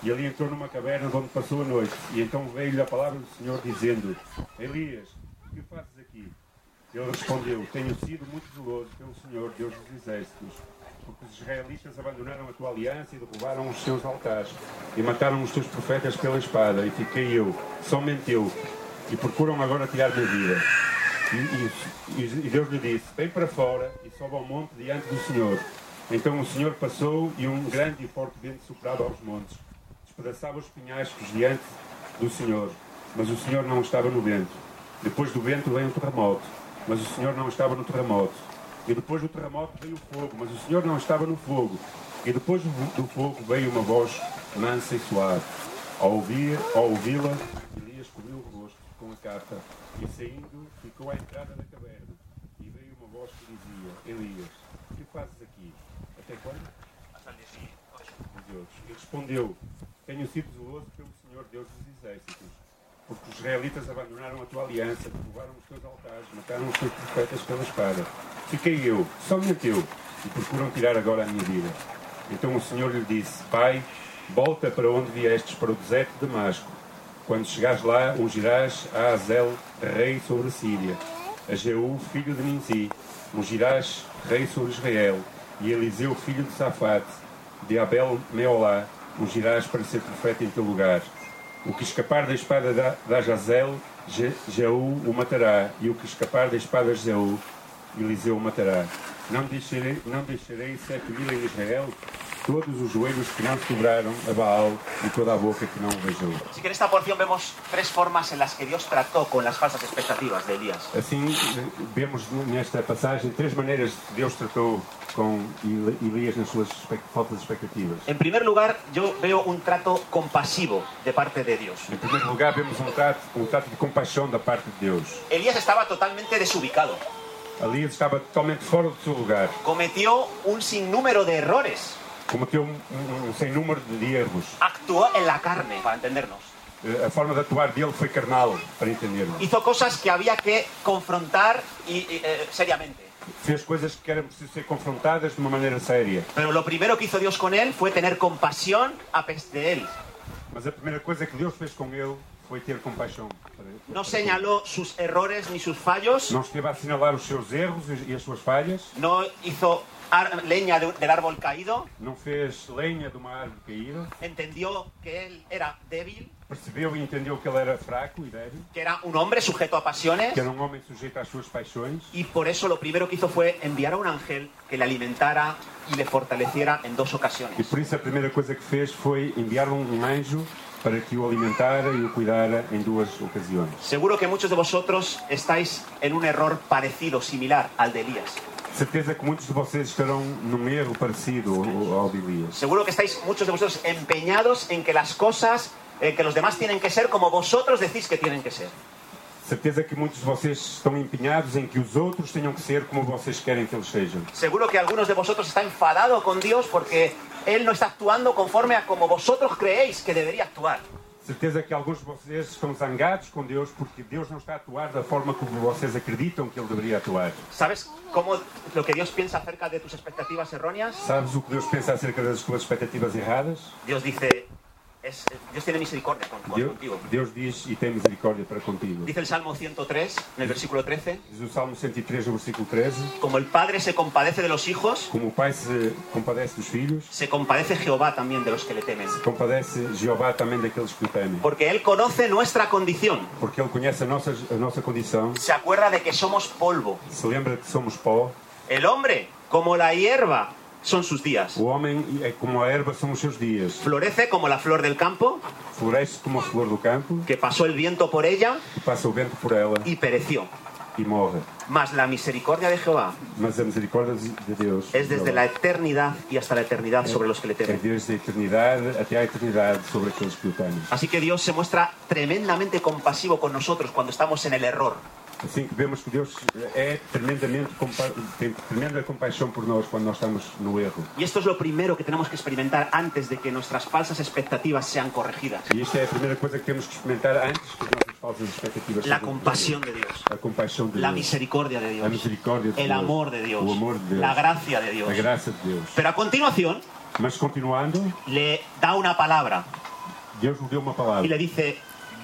B: E ali entrou numa caverna onde passou a noite. E então veio-lhe a palavra do Senhor, dizendo: Elias, o que fazes aqui? Ele respondeu: Tenho sido muito zeloso pelo Senhor, Deus dos Exércitos, porque os israelitas abandonaram a tua aliança e derrubaram os seus altares, e mataram os teus profetas pela espada, e fiquei eu, somente eu, e procuram agora tirar-me a vida. E, e- e Deus lhe disse: Vem para fora e sobe ao monte diante do Senhor. Então o Senhor passou e um grande e forte vento soprava aos montes, despedaçava os penhascos diante do Senhor, mas o Senhor não estava no vento. Depois do vento veio o terremoto, mas o Senhor não estava no terremoto. E depois do terremoto veio o fogo, mas o Senhor não estava no fogo. E depois do do fogo veio uma voz mansa e suave. Ao ouvir, ao ouvi-la, Elias cobriu o rosto com a capa e saindo ficou à entrada da caverna. E veio uma voz que dizia: Elias, o que fazes aqui? Até quando? de outros. E respondeu: Tenho sido zeloso pelo Senhor Deus dos Exércitos, porque os israelitas abandonaram a tua aliança, derrubaram os teus altares, mataram os teus profetas pela espada. Fiquei eu, somente eu, e procuram tirar agora a minha vida. Então o Senhor lhe disse: Pai, volta para onde viestes, para o deserto de Damasco. Quando chegares lá, ungirás a Azel, rei sobre a Síria, a Jeú, filho de Ninzi, ungirás rei sobre Israel, e Eliseu, filho de Safate, de Abel Meolá ungirás para ser profeta em teu lugar. O que escapar da espada da, da Jazel, Je- Jeú o matará, e o que escapar da espada de Jeú, Eliseu o matará. Não deixarei, não deixarei sete mil em Israel, todos os joelhos que não se dobraram a Baal e toda a boca que não o beijou.
A: Así que en esta porción vemos tres formas en las que Dios trató con las falsas expectativas de Elías.
B: Assim, vemos nesta passagem três maneiras que Deus tratou com Eli- Elias nas suas espe- faltas de expectativas.
A: En primer lugar, yo veo un trato compasivo de parte de Dios.
B: Em primeiro lugar, vemos um trato, um trato de compaixão da parte de Deus.
A: Elías estaba totalmente desubicado.
B: Ali estava totalmente fora do seu lugar.
A: Cometió un sinnúmero de errores.
B: Cometeu um, um, um sem número de erros.
A: Actuó en la carne, para entendernos.
B: Eh, A forma de atuar dele foi carnal, para entendermos.
A: Hizo cosas que había que confrontar y, y, eh, seriamente.
B: Fez coisas que eram preciso ser confrontadas de uma maneira séria.
A: Pero lo primero que hizo Dios con él fue tener compasión a pes- de él.
B: Mas a primeira coisa que Deus fez com ele foi ter compaixão. para-
A: No señaló sus errores ni sus fallos.
B: Não esteve a assinalar os seus erros e- e as suas falhas.
A: No hizo ar- leña de un- del árbol caído.
B: Não fez lenha de uma árvore caída.
A: Entendió que él era débil,
B: Percebeu e entendeu que ele era fraco e débil.
A: que era un hombre sujeto a pasiones.
B: Que era um homem sujeito às suas paixões.
A: Y por eso lo primero que hizo fue enviar a un ángel que le alimentara y le fortaleciera en dos
B: E
A: ocasiones.
B: por isso a primeira coisa que fez foi enviar um anjo para que o alimentara e o cuidara em duas ocasiões.
A: Seguro que muchos de vosotros estáis en un error parecido, similar al de Elías.
B: Certeza que muitos de vocês estarão num erro parecido ao- ao de Elias.
A: Seguro que estáis muchos de vosotros empeñados en que las cosas eh, que los demás tienen que ser como vosotros decís que tienen que ser.
B: Certeza que muitos de vocês estão empenhados em que os outros tenham que ser como vocês querem que eles sejam.
A: Seguro que algunos de vosotros está enfadado con Dios porque él no está actuando conforme a como vosotros creéis que debería actuar.
B: Certeza que alguns de vocês estão zangados com Deus porque Deus não está a atuar da forma como vocês acreditam que ele deveria atuar.
A: ¿Sabes cómo lo que Dios piensa acerca de tus expectativas erróneas?
B: Sabes o que Deus pensa acerca das suas expectativas erradas?
A: Dios dice, es- Dios tiene misericordia con- con-
B: Deus,
A: contigo.
B: Deus diz e tem misericórdia para contigo.
A: Dice el Salmo 103, en el versículo 13,
B: Diz o Salmo 103, no versículo 13.
A: como el Padre se compadece de los hijos,
B: Como o pai se compadece dos filhos,
A: se compadece Jehová también de los que le temen.
B: compadece Jeová também daqueles que o temem.
A: Porque Él conoce nuestra condición,
B: Porque ele conhece a nossa, a nossa condição,
A: se acuerda de que somos polvo.
B: se lembra que somos pó.
A: El hombre, como la hierba, son sus días.
B: O homem é como a erva, são os seus dias.
A: Florece como la flor del campo,
B: Floresce como a flor do campo,
A: que pasó el viento por ella
B: que passa o vento por ela
A: y pereció.
B: e morre.
A: Mas la misericordia de Jehová
B: Mas a misericórdia de Deus
A: es desde la eternidad y hasta la eternidad sobre los que le
B: é
A: temen.
B: desde a eternidade até à eternidade sobre aqueles que o temem.
A: Así que Dios se muestra tremendamente compasivo con nosotros cuando estamos en el error.
B: Assim que vemos que Deus é tremendamente compa- tem tremenda compaixão por nós quando nós estamos no erro.
A: Y esto es lo primero que tenemos que experimentar antes de que nuestras falsas expectativas sean corregidas.
B: E isto é a primeira coisa que temos que experimentar antes que as nossas falsas expectativas.
A: La
B: sejam
A: compasión de Dios,
B: cumpridas. A compaixão de
A: la
B: Deus.
A: misericordia de
B: A
A: Dios,
B: misericórdia de
A: el
B: Deus.
A: amor de Dios,
B: O amor de Deus.
A: la gracia de
B: A
A: Dios.
B: graça de Deus.
A: Pero a continuación
B: Mas continuando,
A: le da una palabra
B: Deus me deu uma
A: y
B: palavra.
A: le dice,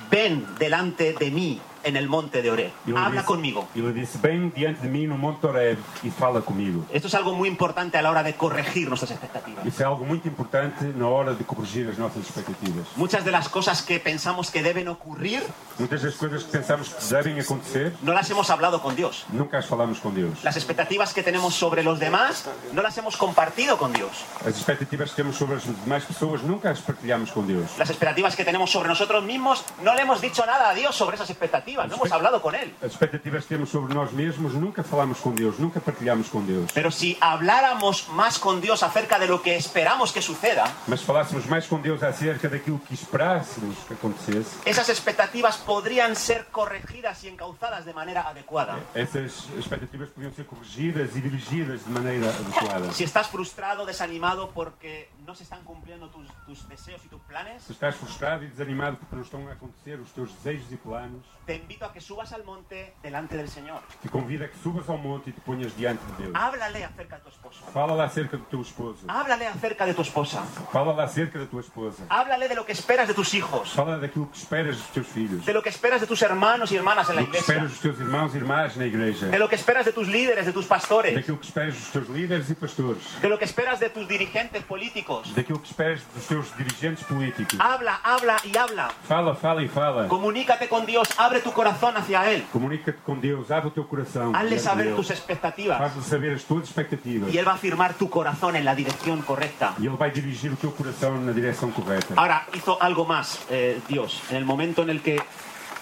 A: ven delante de mí en el monte de Oré,
B: Ele
A: habla
B: disse-
A: conmigo.
B: Ele disse, bem diante de mim no Monte Oreb e fala comigo.
A: Esto es algo muy importante a la hora de corregir nuestras expectativas.
B: Isso é algo muito importante na hora de corrigir as nossas expectativas.
A: Muchas de las cosas que pensamos que deben ocurrir
B: Muitas das coisas que pensamos que devem acontecer,
A: no las hemos hablado con Dios.
B: nunca as falamos com Deus.
A: Las expectativas que tenemos sobre los demás no las hemos compartido con Dios.
B: As expectativas que temos sobre as demais pessoas, nunca as partilhamos com Deus.
A: Las expectativas que tenemos sobre nosotros mismos no le hemos dicho nada a Dios sobre esas expectativas, no hemos hablado con Él.
B: As expectativas que temos sobre nós mesmos, nunca falamos com Deus, nunca partilhamos com Deus.
A: Pero si habláramos más con Dios acerca de lo que esperamos que suceda,
B: Mas se falássemos mais com Deus acerca daquilo que esperássemos que acontecesse,
A: esas expectativas podrían ser corregidas y encauzadas de manera adecuada.
B: essas expectativas podiam ser corrigidas e dirigidas de maneira adequada.
A: Si estás frustrado, desanimado porque no se están cumpliendo tus, tus deseos y tus planes,
B: Se estás frustrado e desanimado porque não estão a acontecer os teus desejos e planos,
A: te invito a que subas al monte delante del Señor.
B: te convido a que subas ao monte e te ponhas diante de Deus.
A: Háblale acerca de tu esposo.
B: Fala lá acerca do teu esposo.
A: Háblale acerca de tu esposa.
B: Fala lá acerca da tua esposa.
A: Háblale de lo que esperas de tus hijos,
B: Fala daquilo que esperas dos teus filhos.
A: de lo que esperas de tus hermanos y hermanas en la
B: Do que esperas
A: iglesia,
B: dos teus irmãos e irmãs na igreja.
A: de lo que esperas de tus líderes, de tus pastores,
B: Daquilo que esperas dos teus líderes e pastores.
A: de lo que esperas de tus dirigentes políticos.
B: Daquilo que esperas dos teus dirigentes políticos.
A: Habla, habla y habla.
B: Fala, fala e fala.
A: Comunícate con Dios, abre tu corazón hacia Él.
B: Comunica-te com Deus, abre o teu coração.
A: Hazle
B: diante
A: saber
B: dele.
A: tus expectativas
B: Faz-lhe saber as tuas expectativas.
A: y Él va a firmar tu corazón en la dirección correcta.
B: E Ele vai dirigir o teu coração na direção correta.
A: Ahora hizo algo más eh, Dios. En el momento en el que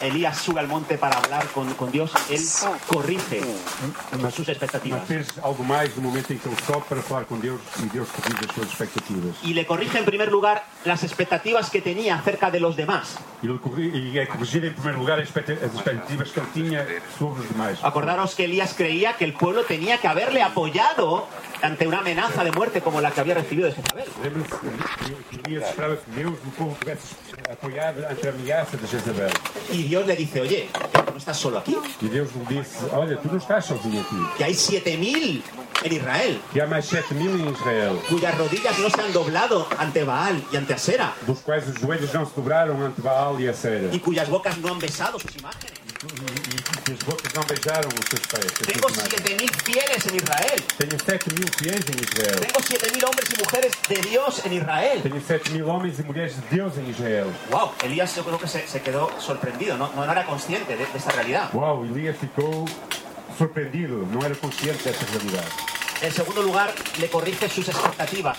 A: Elías sube al monte para hablar con, con Dios, él corrige sus expectativas.
B: Mas fez algo mais no momento em que ele sobe para falar com Deus e Deus corrige as suas expectativas.
A: Y le corrige en primer lugar las expectativas que tenía acerca de los demás.
B: Ele corri- E é corrigir em primeiro lugar as expecta- as expectativas que ele tinha sobre os demais.
A: Acordaros que Elías creía que el pueblo tenía que haberle apoyado ante una amenaza de muerte como la que había recibido de Jezabel.
B: Lembra-se que Elias esperava que Deus e o povo tivesse apoiado ante a ameaça de Jezabel.
A: Y Dios le dice, oye, no estás solo aquí,
B: E Deus lhe disse, olha, tu não estás sozinho aqui.
A: que hay 7.000 en Israel
B: Que há mais 7 mil em Israel,
A: cuyas rodillas no se han doblado ante Baal y ante Asera
B: dos quais os joelhos não se dobraram ante Baal e a Sera.
A: y cuyas bocas no han besado sus imágenes.
B: E que as bocas não beijaram os seus pés. as suas
A: Tengo
B: imagens.
A: 7.000 fieles en Israel.
B: Tenho 7 mil fiéis em Israel.
A: Tengo 7.000 hombres y mujeres de Dios en Israel.
B: Tenho 7 mil homens e mulheres de Deus em Israel.
A: Wow, Elías yo creo que se, se quedó sorprendido, no, no era consciente de, de esta realidad.
B: Uau, Elias ficou surpreendido, não era consciente dessa realidade.
A: En segundo lugar, le corrige sus expectativas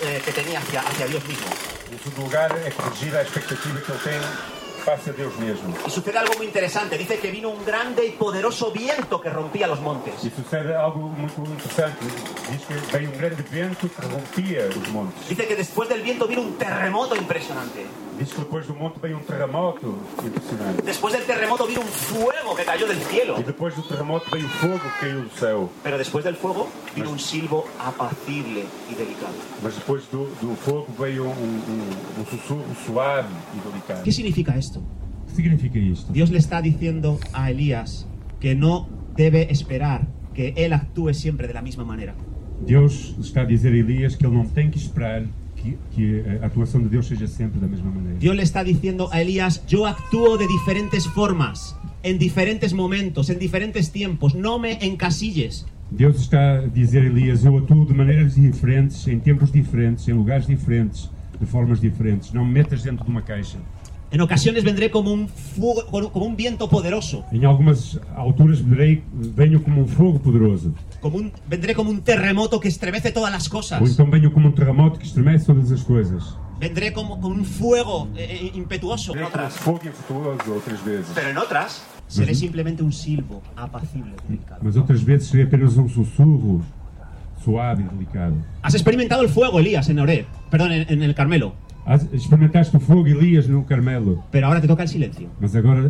A: eh, que tenía hacia, hacia Dios mismo.
B: Em segundo lugar, é corrigir a expectativa que ele tem face a Deus mesmo.
A: Y sucede algo muy interesante. Dice que vino un grande y poderoso viento que rompía los montes.
B: E sucede algo muito interessante. Diz que veio um grande vento que rompia os montes.
A: Dice que después del viento vino un terremoto impresionante.
B: Diz que depois do monte veio um terremoto impressionante.
A: Después del terremoto vino un fuego que cayó del cielo.
B: E depois do terremoto veio fogo que caiu do céu.
A: Pero después del fuego vino un silbo apacible y delicado.
B: Mas depois do, do fogo veio um, um, um sussurro suave e delicado.
A: ¿Qué significa esto?
B: O que significa isto?
A: Dios le está diciendo a Elías que no debe esperar que él actúe siempre de la misma manera.
B: Deus está a dizer a Elias que ele não tem que esperar que, que a atuação de Deus seja sempre da mesma maneira.
A: Dios le está diciendo a Elías, yo actúo de diferentes formas, en diferentes momentos, en diferentes tiempos, no me encasilles.
B: Deus está a dizer a Elias: Eu atuo de maneiras diferentes, em tempos diferentes, em lugares diferentes, de formas diferentes. Não me metas dentro de uma caixa.
A: En ocasiones vendré como un, fuego- como un viento poderoso,
B: Em algumas alturas virei, venho como um fogo poderoso,
A: como un, vendré como un terremoto que estremece todas las
B: ou
A: cosas,
B: então venho como um terremoto que estremece todas as coisas.
A: vendré como con un fuego eh, eh, impetuoso.
B: Venho como um fogo infrutuoso outras vezes,
A: Pero en otras seré simplemente un silbo apacible. delicado.
B: mas outras vezes serei apenas um sussurro suave e delicado.
A: Has experimentado el fuego, Elías, en Oré, perdón, en, en el Carmelo,
B: Ah, As- Experimentaste o fogo, Elias, no Carmelo,
A: pero ahora te toca el silencio.
B: mas agora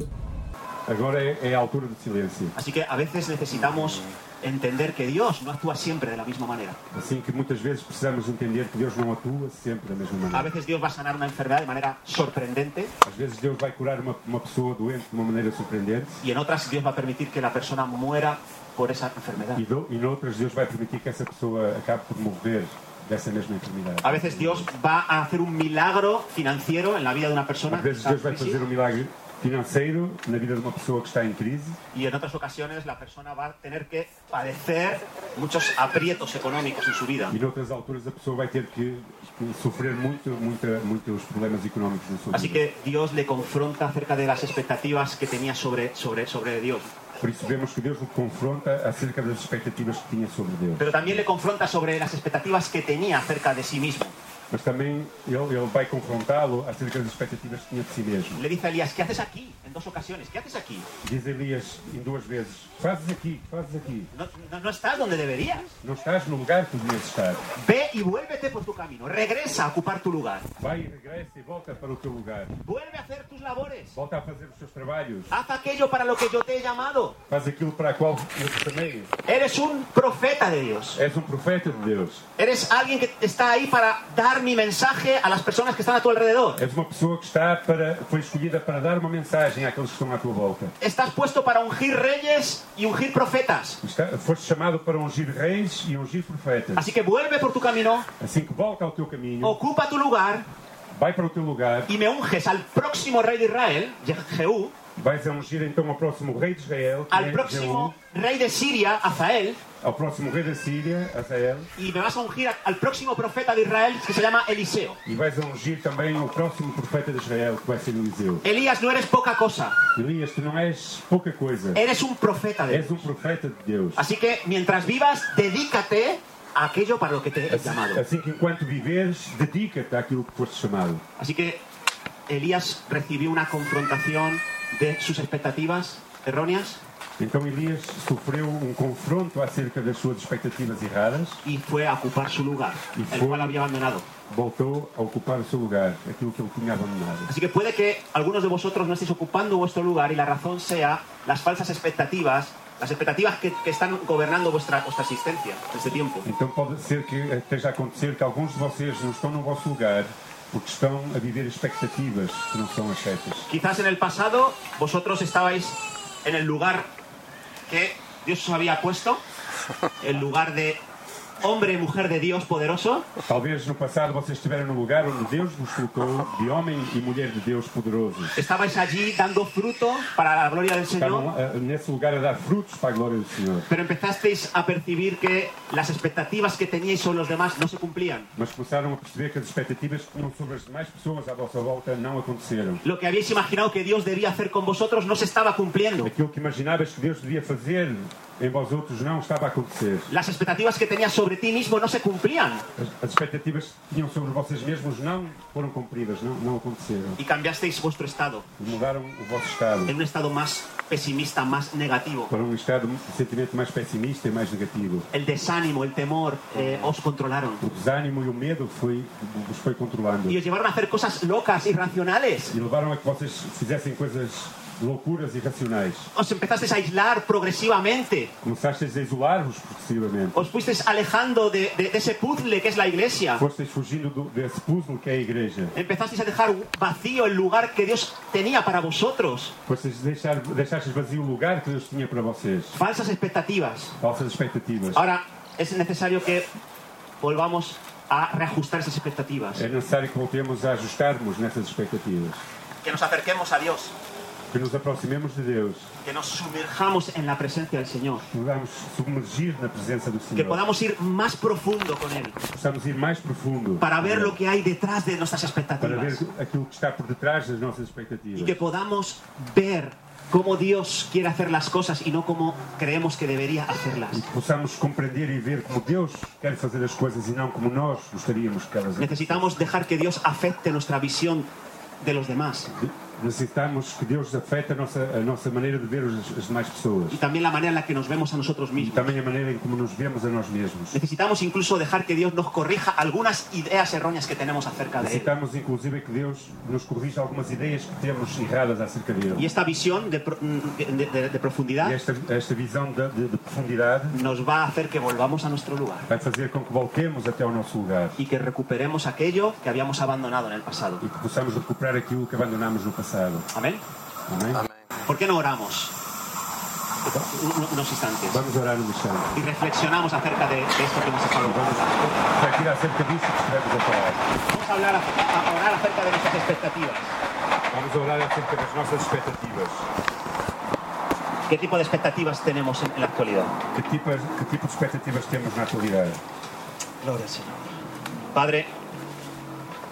B: Agora é, é a altura do silêncio.
A: Así que a veces necesitamos entender que Dios no actúa siempre de la misma manera.
B: Assim que muitas vezes precisamos entender que Deus não atua sempre da mesma
A: A
B: maneira.
A: veces Dios va a sanar una enfermedad de manera sorprendente
B: Às vezes Deus vai curar uma, uma pessoa doente de uma maneira surpreendente
A: y en otras Dios va a permitir que la persona muera por esa enfermedad.
B: e, do, e noutras Deus vai permitir que essa pessoa acabe por morrer dessa mesma enfermidade.
A: A veces Dios va a hacer un milagro financiero en la vida de una persona
B: Às
A: que
B: vezes
A: está en
B: Deus vai
A: crisis,
B: fazer um milagre financeiro na vida de uma pessoa que está em crise
A: y en otras ocasiones la persona va a tener que padecer muchos aprietos económicos en su vida.
B: e noutras alturas a pessoa vai ter que que sofrer muito, muita, muitos problemas económicos na sua
A: Así
B: vida.
A: que Dios le confronta acerca de las expectativas que tenía sobre, sobre, sobre Dios.
B: Por isso vemos que Deus o confronta acerca das expectativas que tinha sobre Deus.
A: Pero también le confronta sobre las expectativas que tenía acerca de sí mismo.
B: Mas também ele, ele vai confrontá-lo acerca das expectativas que tinha de si mesmo.
A: Le dice a Elías, ¿qué haces aquí? En dos ocasiones, ¿qué haces aquí?
B: Diz Elias em duas vezes: Fazes aqui, fazes aqui.
A: No, no- no estás donde deberías.
B: Não estás no lugar que devias estar.
A: Ve y vuélvete por tu camino. Regresa a ocupar tu lugar.
B: Vai e regressa e volta para o teu lugar.
A: Vuelve a hacer tus labores.
B: Volta a fazer os teus trabalhos.
A: Haz aquello para lo que yo te he llamado.
B: Faz aquilo para a qual eu te chamei.
A: Eres un profeta de Dios.
B: És um profeta de Deus.
A: Eres alguien que está ahí para dar mi mensaje a las personas que están a tu alrededor.
B: És uma pessoa que está para, foi escolhida para dar uma mensagem àqueles que estão à tua volta.
A: Estás puesto para ungir reyes y ungir profetas.
B: Está, foste chamado para ungir reis e ungir profetas.
A: Así que vuelve por tu camino,
B: Assim que volta ao teu caminho,
A: ocupa tu lugar
B: vai para o teu lugar,
A: y me unges al próximo rey de Israel, Je- Jehú,
B: vais a ungir então ao próximo rei de Israel, que é
A: al
B: Jeú,
A: próximo rey de Siria, Azael,
B: ao próximo rei da Síria, Azael,
A: y me vas a ungir a- al próximo profeta de Israel que se llama Eliseo.
B: e vais a ungir também o próximo profeta de Israel, que vai ser Eliseu.
A: Elías, no eres poca cosa,
B: Elias, tu não és pouca coisa,
A: eres un profeta de
B: és um profeta de Deus.
A: Así que mientras vivas, dedícate a aquello para lo que te he llamado.
B: Assim que enquanto viveres, dedica-te àquilo que foste chamado.
A: Así que Elías recibió una confrontación de sus expectativas erróneas
B: Então Elias sofreu um confronto acerca das suas expectativas erradas,
A: y fue a ocupar su lugar,
B: Y
A: el
B: fue-
A: cual había abandonado.
B: voltou a ocupar o seu lugar, aquilo que ele tinha abandonado.
A: Así que puede que algunos de vosotros no estéis ocupando vuestro lugar y la razón sea las falsas expectativas, las expectativas que, que están gobernando vuestra, vuestra existencia en este tiempo.
B: Então pode ser que esteja a acontecer que alguns de vocês não estão no vosso lugar porque estão a viver expectativas que não são as certas.
A: Quizás en el pasado vosotros estabais en el lugar que Dios os había puesto, el lugar de hombre y mujer de Dios poderoso,
B: Talvez no passado vocês estiveram no lugar onde Deus vos colocou de homem e mulher de Deus poderoso.
A: estabais allí dando fruto para la gloria del
B: Estavam
A: Señor,
B: ah, nesse lugar a dar frutos para a glória do Senhor.
A: pero empezasteis a percibir que las expectativas que teníais sobre los demás no se cumplían.
B: Mas começaram a perceber que as expectativas que tinham sobre as demais pessoas à vossa volta não aconteceram.
A: Lo que habíais imaginado que Dios debía hacer con vosotros no se estaba cumpliendo.
B: Aquilo que imaginavas que Deus devia fazer em vós outros não estava a acontecer.
A: Las expectativas que tenías sobre ti mismo no se cumplían
B: As, as expectativas que tinham sobre vocês mesmos não foram cumpridas, não, não aconteceram.
A: y cambiasteis vuestro estado
B: Mudaram o vosso estado
A: en un estado más pesimista, más negativo.
B: para um estado de sentimento mais pessimista e mais negativo.
A: el desánimo, el temor eh, os controlaron.
B: O desânimo e o medo foi, vos foi controlando.
A: Y os llevaron a hacer cosas locas, irracionales.
B: E levaram a que vocês fizessem coisas loucuras e irracionais.
A: Os empezasteis a aislar progresivamente.
B: Começasteis a isolar-vos progressivamente.
A: Os fuisteis alejando de, de- de esse puzzle que es la iglesia.
B: Fosteis fugindo do, desse puzzle que é a igreja.
A: Empezasteis a dejar vacío el lugar que Dios tenía para vosotros.
B: Fosteis deixar, deixastes vazio o lugar que Deus tinha para vocês.
A: Falsas expectativas.
B: Falsas expectativas.
A: Ahora es necesario que volvamos a reajustar esas expectativas.
B: É necessário que voltemos a ajustarmos nessas expectativas.
A: Que nos acerquemos a Dios.
B: Que nos aproximemos de Deus.
A: Que nos sumerjamos en la presencia del Señor.
B: Que podamos submergir na presença do
A: Que
B: Senhor.
A: podamos ir más profundo con Él.
B: Que possamos ir mais profundo.
A: para ver lo que hay detrás de nuestras
B: Para ver
A: expectativas
B: aquilo que está por detrás das nossas
A: y que
B: expectativas.
A: podamos ver cómo Dios quiere hacer las cosas y no cómo creemos que debería hacerlas.
B: Que possamos compreender e ver como Deus quer fazer as coisas e não como nós gostaríamos que elas
A: Necesitamos dejar que Dios afecte nuestra visión de los demás.
B: necessitamos que Deus afete a nossa, a nossa maneira de ver as, as demais pessoas.
A: y también la manera en la que nos vemos a nosotros
B: E
A: mismos.
B: também a maneira em como nos vemos a nós mesmos.
A: Necesitamos incluso dejar que Dios nos corrija algunas ideas erróneas que tenemos acerca de Él.
B: Necessitamos, inclusive, que Deus nos corrija algumas ideias que temos erradas acerca dele.
A: Y esta visión de, pro- mm, de- de- de
B: E
A: profundidad
B: esta, esta visão de, de- de profundidade
A: nos va a hacer que volvamos a nuestro lugar
B: vai fazer com que voltemos até ao nosso lugar
A: y que recuperemos aquello que habíamos abandonado en el pasado.
B: e que possamos recuperar aquilo que abandonámos no passado.
A: Amén.
B: Amém?
A: ¿Por qué no oramos? Un- Unos instantes.
B: Vamos orar no instante.
A: Y reflexionamos acerca de, de esto que hemos estado hablando.
B: Vai tirar acerca disso que estivemos a falar.
A: Vamos a, hablar, a orar acerca de nuestras expectativas.
D: Vamos orar acerca das nossas expectativas.
A: ¿Qué tipo de expectativas tenemos en, en la actualidad?
B: Que tipo, que tipo de expectativas temos na atualidade?
A: Gloria al Señor. Padre,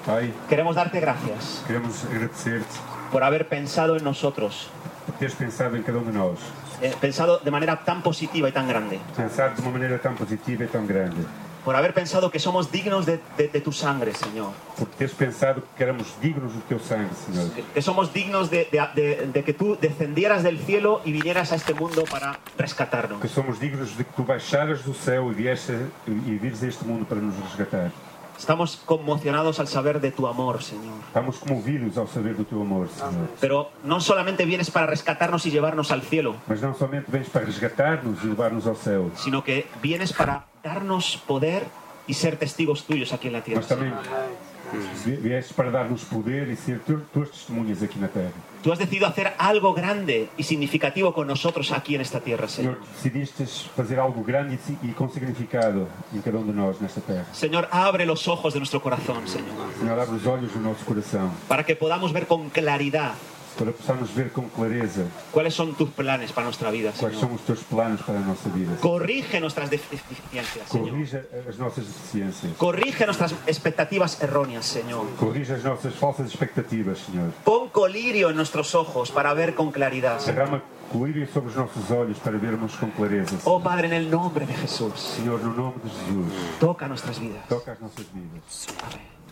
B: Pai,
A: queremos darte gracias
B: queremos agradecer-te
A: por haber pensado en nosotros,
B: por teres pensado em cada um de nós.
A: eh, pensado de manera tan positiva y tan grande,
B: Pensado de uma maneira tão positiva e tão grande.
A: por haber pensado que somos dignos de, de- de tu sangre, Señor,
B: Por teres pensado que éramos dignos do teu sangue, Senhor.
A: que, que somos dignos de, de- de- de que tú descendieras del cielo y vinieras a este mundo para rescatarnos.
B: que somos dignos de que tu baixaras do céu e vieste e vires a este mundo para nos resgatar.
A: Estamos conmocionados al saber de tu amor, Señor.
B: Estamos comovidos ao saber do teu amor, Senhor.
A: Pero no solamente vienes para rescatarnos y llevarnos al cielo,
B: Mas não somente vens para resgatar-nos e levar-nos ao céu,
A: sino que vienes para darnos poder y ser testigos tuyos aquí en la tierra.
B: mas também vi- vieste para dar-nos poder e ser tu, tuas testemunhas aqui na terra.
A: Tú has decidido hacer algo grande y significativo con nosotros aquí en esta tierra,
B: Senhor,
A: Señor.
B: decidiste fazer algo grande e si- e com significado em cada um de nós nesta terra.
A: Señor, abre los ojos de nuestro corazón, Señor,
B: Senhor, abre os olhos do nosso coração
A: para que podamos ver con claridad
B: para possamos ver com clareza
A: cuáles son tus planes para nuestra vida,
B: quais são
A: Señor.
B: os teus planos para a nossa vida.
A: Corrige nuestras deficiencias, Señor.
B: Corrija as nossas deficiências.
A: Corrige nuestras expectativas erróneas, Señor.
B: Corrija as nossas falsas expectativas, Senhor.
A: Pon colirio en nuestros ojos para ver con claridad. Señor.
B: Derrama colírio sobre os nossos olhos para vermos com clareza.
A: Oh
B: Senhor.
A: Padre, en el nombre de Jesús,
B: Senhor, no nome de Jesus,
A: toca nuestras vidas.
B: toca as nossas vidas.
A: Amén.